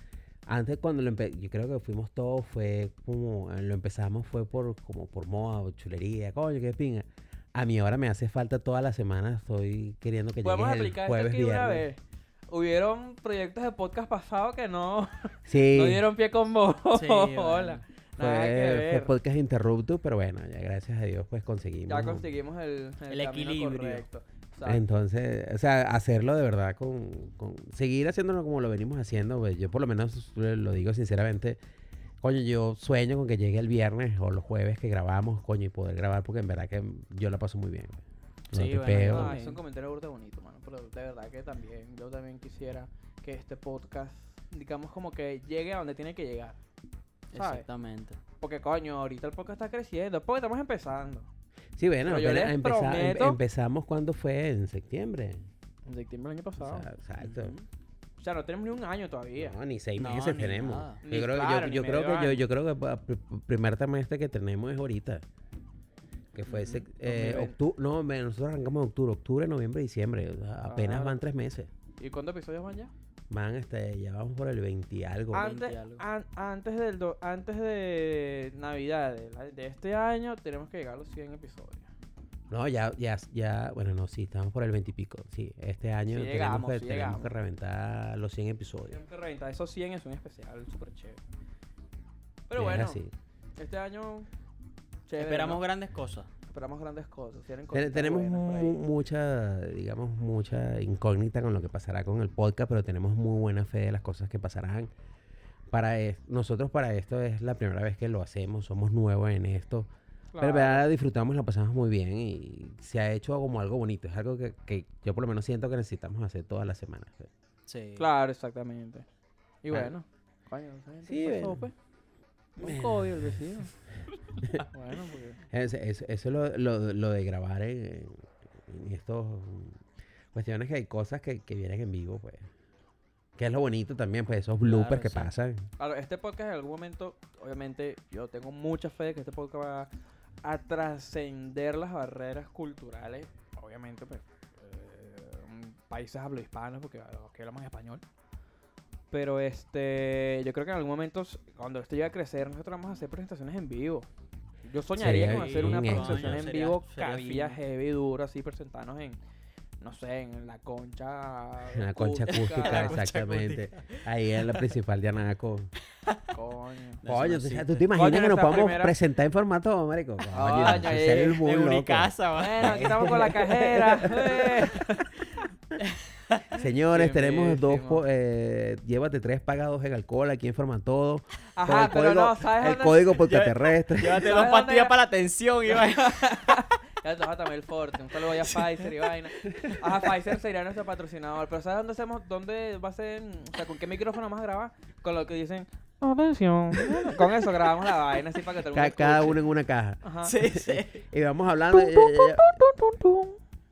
C: Antes cuando lo empe- yo creo que fuimos todos, fue como, eh, lo empezamos fue por como por moda o chulería, coño, qué pinga. A mí ahora me hace falta todas las semanas, estoy queriendo que llegue
D: Podemos
C: el
D: aplicar esto
C: jueves,
D: aquí de una
C: viernes.
D: vez. Hubieron proyectos de podcast pasado que no,
C: Sí.
D: no dieron pie con bola.
E: Sí,
D: Hola.
E: vale.
D: Nada que
C: Fue, fue
D: ver.
C: podcast interrupto, pero bueno, ya gracias a Dios pues conseguimos.
D: Ya conseguimos el, el,
E: El
D: camino
E: equilibrio.
D: correcto. Exacto.
C: Entonces, o sea, hacerlo de verdad con, con- seguir haciéndolo como lo venimos haciendo, pues, yo por lo menos lo lo digo sinceramente, coño, yo sueño con que llegue el viernes o los jueves que grabamos, coño, y poder grabar porque en verdad que yo la paso muy bien. güey. No
E: Sí,
C: te
E: bueno,
C: peo.
E: no,
D: Ah, es un comentario burda bonito, mano. Pero de verdad que también, yo también quisiera que este podcast, digamos, como que llegue a donde tiene que llegar. ¿Sabes?
E: Exactamente.
D: Porque coño, ahorita el podcast está creciendo. Es porque estamos empezando.
C: Sí, bueno,
D: Pero yo
C: apenas
D: les
C: empeza- em-
D: prometo-
C: empezamos cuando fue en septiembre.
D: En septiembre del año
C: O
D: pasado.
C: sea, exacto.
E: Ujú.
D: O sea, no tenemos ni un año todavía.
C: No, ni seis
E: No,
C: meses
E: ni
C: tenemos.
E: nada.
C: Yo
D: Ni
C: creo, yo-
D: claro,
C: yo,
D: ni
C: creo
D: medio
C: que yo,
D: año.
C: yo creo que pa- pr- pr- primer trimestre que tenemos es ahorita. Que fue
D: Ujú,
C: ese, eh,
D: 2020.
C: octu- no, me- nosotros arrancamos en octubre, octubre, noviembre, diciembre. o sea, apenas
D: Claro.
C: van tres meses.
D: ¿Y cuántos episodios van ya?
C: Van este, ya vamos por el 20 y algo.
E: An-
D: Antes,
E: 20 algo.
D: an- antes, del do- antes de Navidad de, la- de este año, tenemos que llegar a los 100 episodios.
C: No, ya, ya, ya, bueno, no, sí, estamos por el 20 y pico. Sí, este año tenemos,
D: llegamos,
C: que,
D: sí
C: tenemos que
D: llegamos.
C: reventar los 100 episodios.
D: Tenemos que reventar esos 100 es un especial súper chévere. Pero
C: Y es
D: bueno,
C: así.
D: este año. chévere,
E: Esperamos
D: ¿no?
E: grandes cosas.
D: esperamos grandes cosas. Tienen
C: Ten-
D: cositas
C: tenemos
D: buenas por ahí.
C: mu- mucha, digamos, mucha incógnita con lo que pasará con el podcast, pero tenemos muy buena fe de las cosas que pasarán. Para es- nosotros para esto es la primera vez que lo hacemos, somos nuevos en esto, pero
D: Claro.
C: la disfrutamos, la pasamos muy bien y se ha hecho como algo bonito, es algo que, que yo por lo menos siento que necesitamos hacer todas las semanas.
E: Sí.
D: Claro, exactamente. Y
C: Ah.
D: bueno, coño, esa gente
C: Sí,
D: pasó,
C: bueno.
D: pues. Un
C: Bueno.
D: COVID el vecino. bueno, pues. porque
C: Es- es- eso es lo, lo- lo de grabar en, en estos mm, cuestiones que hay cosas que, que vienen en vivo, pues. Que es lo bonito también, pues esos bloopers
E: Claro,
C: que
E: sí.
C: pasan.
D: Claro, este podcast en algún momento, obviamente, yo tengo mucha fe de que este podcast va a trascender las barreras culturales. Obviamente, pues, eh, países hablohispanos, porque aquí hablamos en español. Pero este, yo creo que en algún momento, s- cuando esto llegue a crecer, nosotros vamos a hacer presentaciones en vivo. Yo soñaría
C: Sería
D: con hacer una
C: bien,
D: presentación
C: coño,
D: en
E: sería-
D: vivo
E: sería
D: cabilla
E: fino.
D: heavy dura, así presentarnos en, no sé, en la concha.
C: En la concha acústica,
E: La concha
C: exactamente.
E: acústica.
C: Ahí es la principal de Anaco.
D: Coño.
E: No,
C: Coño,
E: eso
C: tú,
E: no
C: tú
E: existe.
C: te imaginas
D: Coño,
C: que nos
D: nuestra
C: podemos
D: primera-
C: presentar en formato, marico. Coño,
D: Ay,
C: ese sería el
D: ay,
C: boom,
E: de
C: loco.
E: Unicasa, va.
D: Bueno, aquí estamos con la cajera. eh.
C: Señores, tenemos dos,
D: Buenísimo.
C: po- eh, llévate tres pagados en alcohol aquí en Formatodo. con
D: Ajá,
C: el
D: pero
C: código,
D: no, ¿sabes
C: El
D: dónde?
C: código
E: Yo-
C: terrestre.
E: Llévate
D: ¿Sabes
E: dos
D: dónde
E: pastillas
D: era?
E: para la tensión, Iván.
D: Ya te vas a tomar el Forte, un saludo allá a Pfizer y vaina. Ajá, Pfizer sería nuestro patrocinador, pero ¿sabes dónde hacemos, dónde va a ser, o sea, con qué micrófono más grabar? Con lo que dicen, atención, con eso grabamos la vaina, así para que todo el
C: Ca-
D: mundo
C: cada
D: escuche.
C: uno en una caja.
D: Ajá.
E: Sí, sí.
C: Y vamos hablando. eh, eh,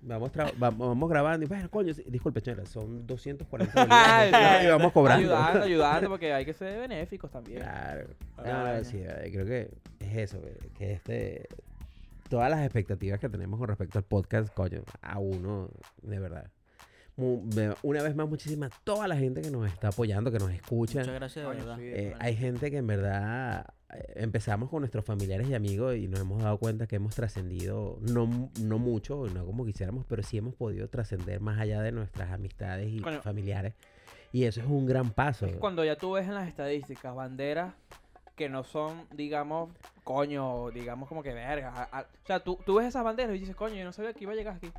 C: Vamos, tra- va- vamos grabando y bueno, coño, sí, disculpe, señora, son 240 bolívares. y vamos cobrando.
D: Ayudando, ayudando, porque hay que ser benéficos también.
C: Claro.
E: Ah,
C: No, no,
E: bueno.
C: sí, eh, creo que es eso, eh, que este todas las expectativas que tenemos con respecto al podcast, coño, a uno, de verdad. Mu- de- Una vez más, muchísimas, toda la gente que nos está apoyando, que nos escucha.
E: Muchas gracias, de
D: Coño,
E: verdad.
D: sí, de
C: Eh,
D: pana.
C: hay gente que en verdad eh, empezamos con nuestros familiares y amigos y nos hemos dado cuenta que hemos trascendido, no, mu- no mucho, no como quisiéramos, pero sí hemos podido trascender más allá de nuestras amistades y
D: Coño.
C: familiares. Y eso es un gran paso.
D: Es que cuando ya tú ves en las estadísticas banderas que no son, digamos, coño, digamos como que verga. a- a- o sea, tú, tú ves esas banderas y dices, coño, yo no sabía que iba a llegar aquí,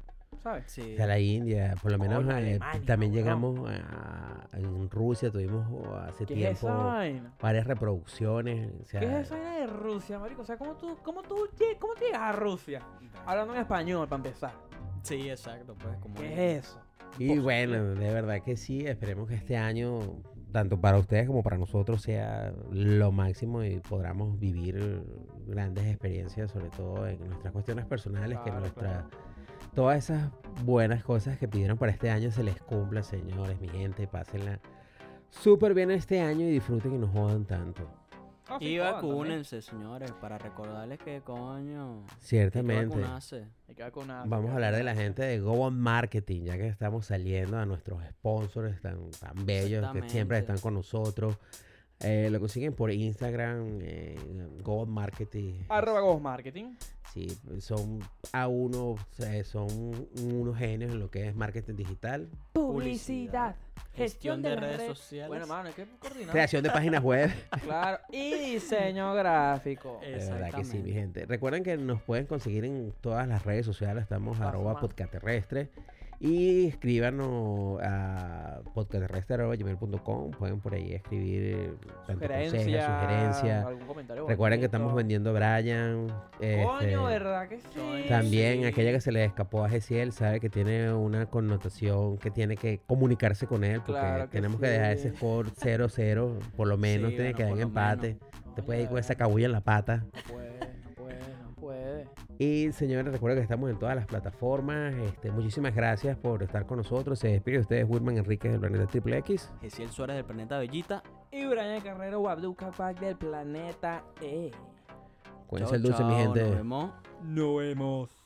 D: ¿sabes?
E: Sí.
C: O sea, la India, por lo menos
D: Coño,
C: eh,
D: Alemania,
C: también
D: weón.
C: llegamos a, en Rusia, tuvimos oh, hace
D: ¿Qué es
C: tiempo
D: esa vaina?
C: varias reproducciones. o sea,
D: ¿Qué es esa vaina de Rusia, marico? O sea, ¿cómo tú, cómo tú, lle- cómo tú llegas a Rusia? Hablando en español, para empezar.
E: Sí, exacto, pues como
D: ¿Qué es eso?
C: Y bueno, de verdad que sí, esperemos que este año, tanto para ustedes como para nosotros, sea lo máximo y podamos vivir grandes experiencias, sobre todo en nuestras cuestiones personales, que
D: Claro,
C: nuestras,
D: claro.
C: todas esas buenas cosas que pidieron para este año se les cumplan, señores, mi gente, pásenla súper bien este año y disfruten y no jodan tanto.
D: Ah, sí,
E: Y
D: jodan también.
E: vacúnense, señores, para recordarles que coño. Hay que
C: Ciertamente.
E: vacunarse.
D: Hay que vacunarse,
C: Vamos
D: hay
C: a
D: que
C: hablar de la
D: vacunarse.
C: gente de Go On Marketing, ya que estamos saliendo a nuestros sponsors tan, tan bellos que siempre
E: Exactamente.
C: están con nosotros. Eh, lo consiguen por Instagram, eh, Go On Marketing.
D: Arroba Ghost Marketing.
C: Sí, son a uno, o sea, son unos genios en lo que es marketing digital,
E: Publicidad,
D: Gestión de las redes.
E: sociales.
D: Bueno, mano, hay que coordinar.
C: creación de páginas web.
D: Claro. Y diseño gráfico.
E: Eh,
C: De verdad que sí, mi
E: Exactamente.
C: gente. Recuerden que nos pueden conseguir en todas las redes sociales. Estamos
D: Paso
C: arroba
D: más.
C: podcaterrestre. Y escríbanos a podcaterrestre.com. Pueden por ahí escribir eh, tanto consejos, sugerencias.
D: algún comentario
C: Recuerden que estamos
D: bonito.
C: vendiendo Brian. este,
D: Coño, ¿verdad que sí?
E: Coño,
C: También
E: Sí.
C: aquella que se le escapó a Gesiel sabe que tiene una connotación que tiene que comunicarse con él porque
D: Claro que
C: tenemos que dejar ese
D: sí.
C: score 0-0, por lo menos
E: Sí,
C: tiene
E: bueno,
C: que haber
E: por lo
C: empate.
E: menos.
C: Te puedes ir con esa
D: Coño,
C: cabulla en la pata.
D: No puede, no puede, no puede.
C: Y señores, recuerden que estamos en todas las plataformas. Este, muchísimas gracias por estar con nosotros. Se despide de ustedes, Wilman Enríquez del planeta Triple X.
E: Gesiel Suárez del Planeta Bellita.
D: Y Brian Carrero, Wabdu Capac del planeta E.
C: Cuídense el dulce, mi gente.
E: Nos vemos. Nos vemos.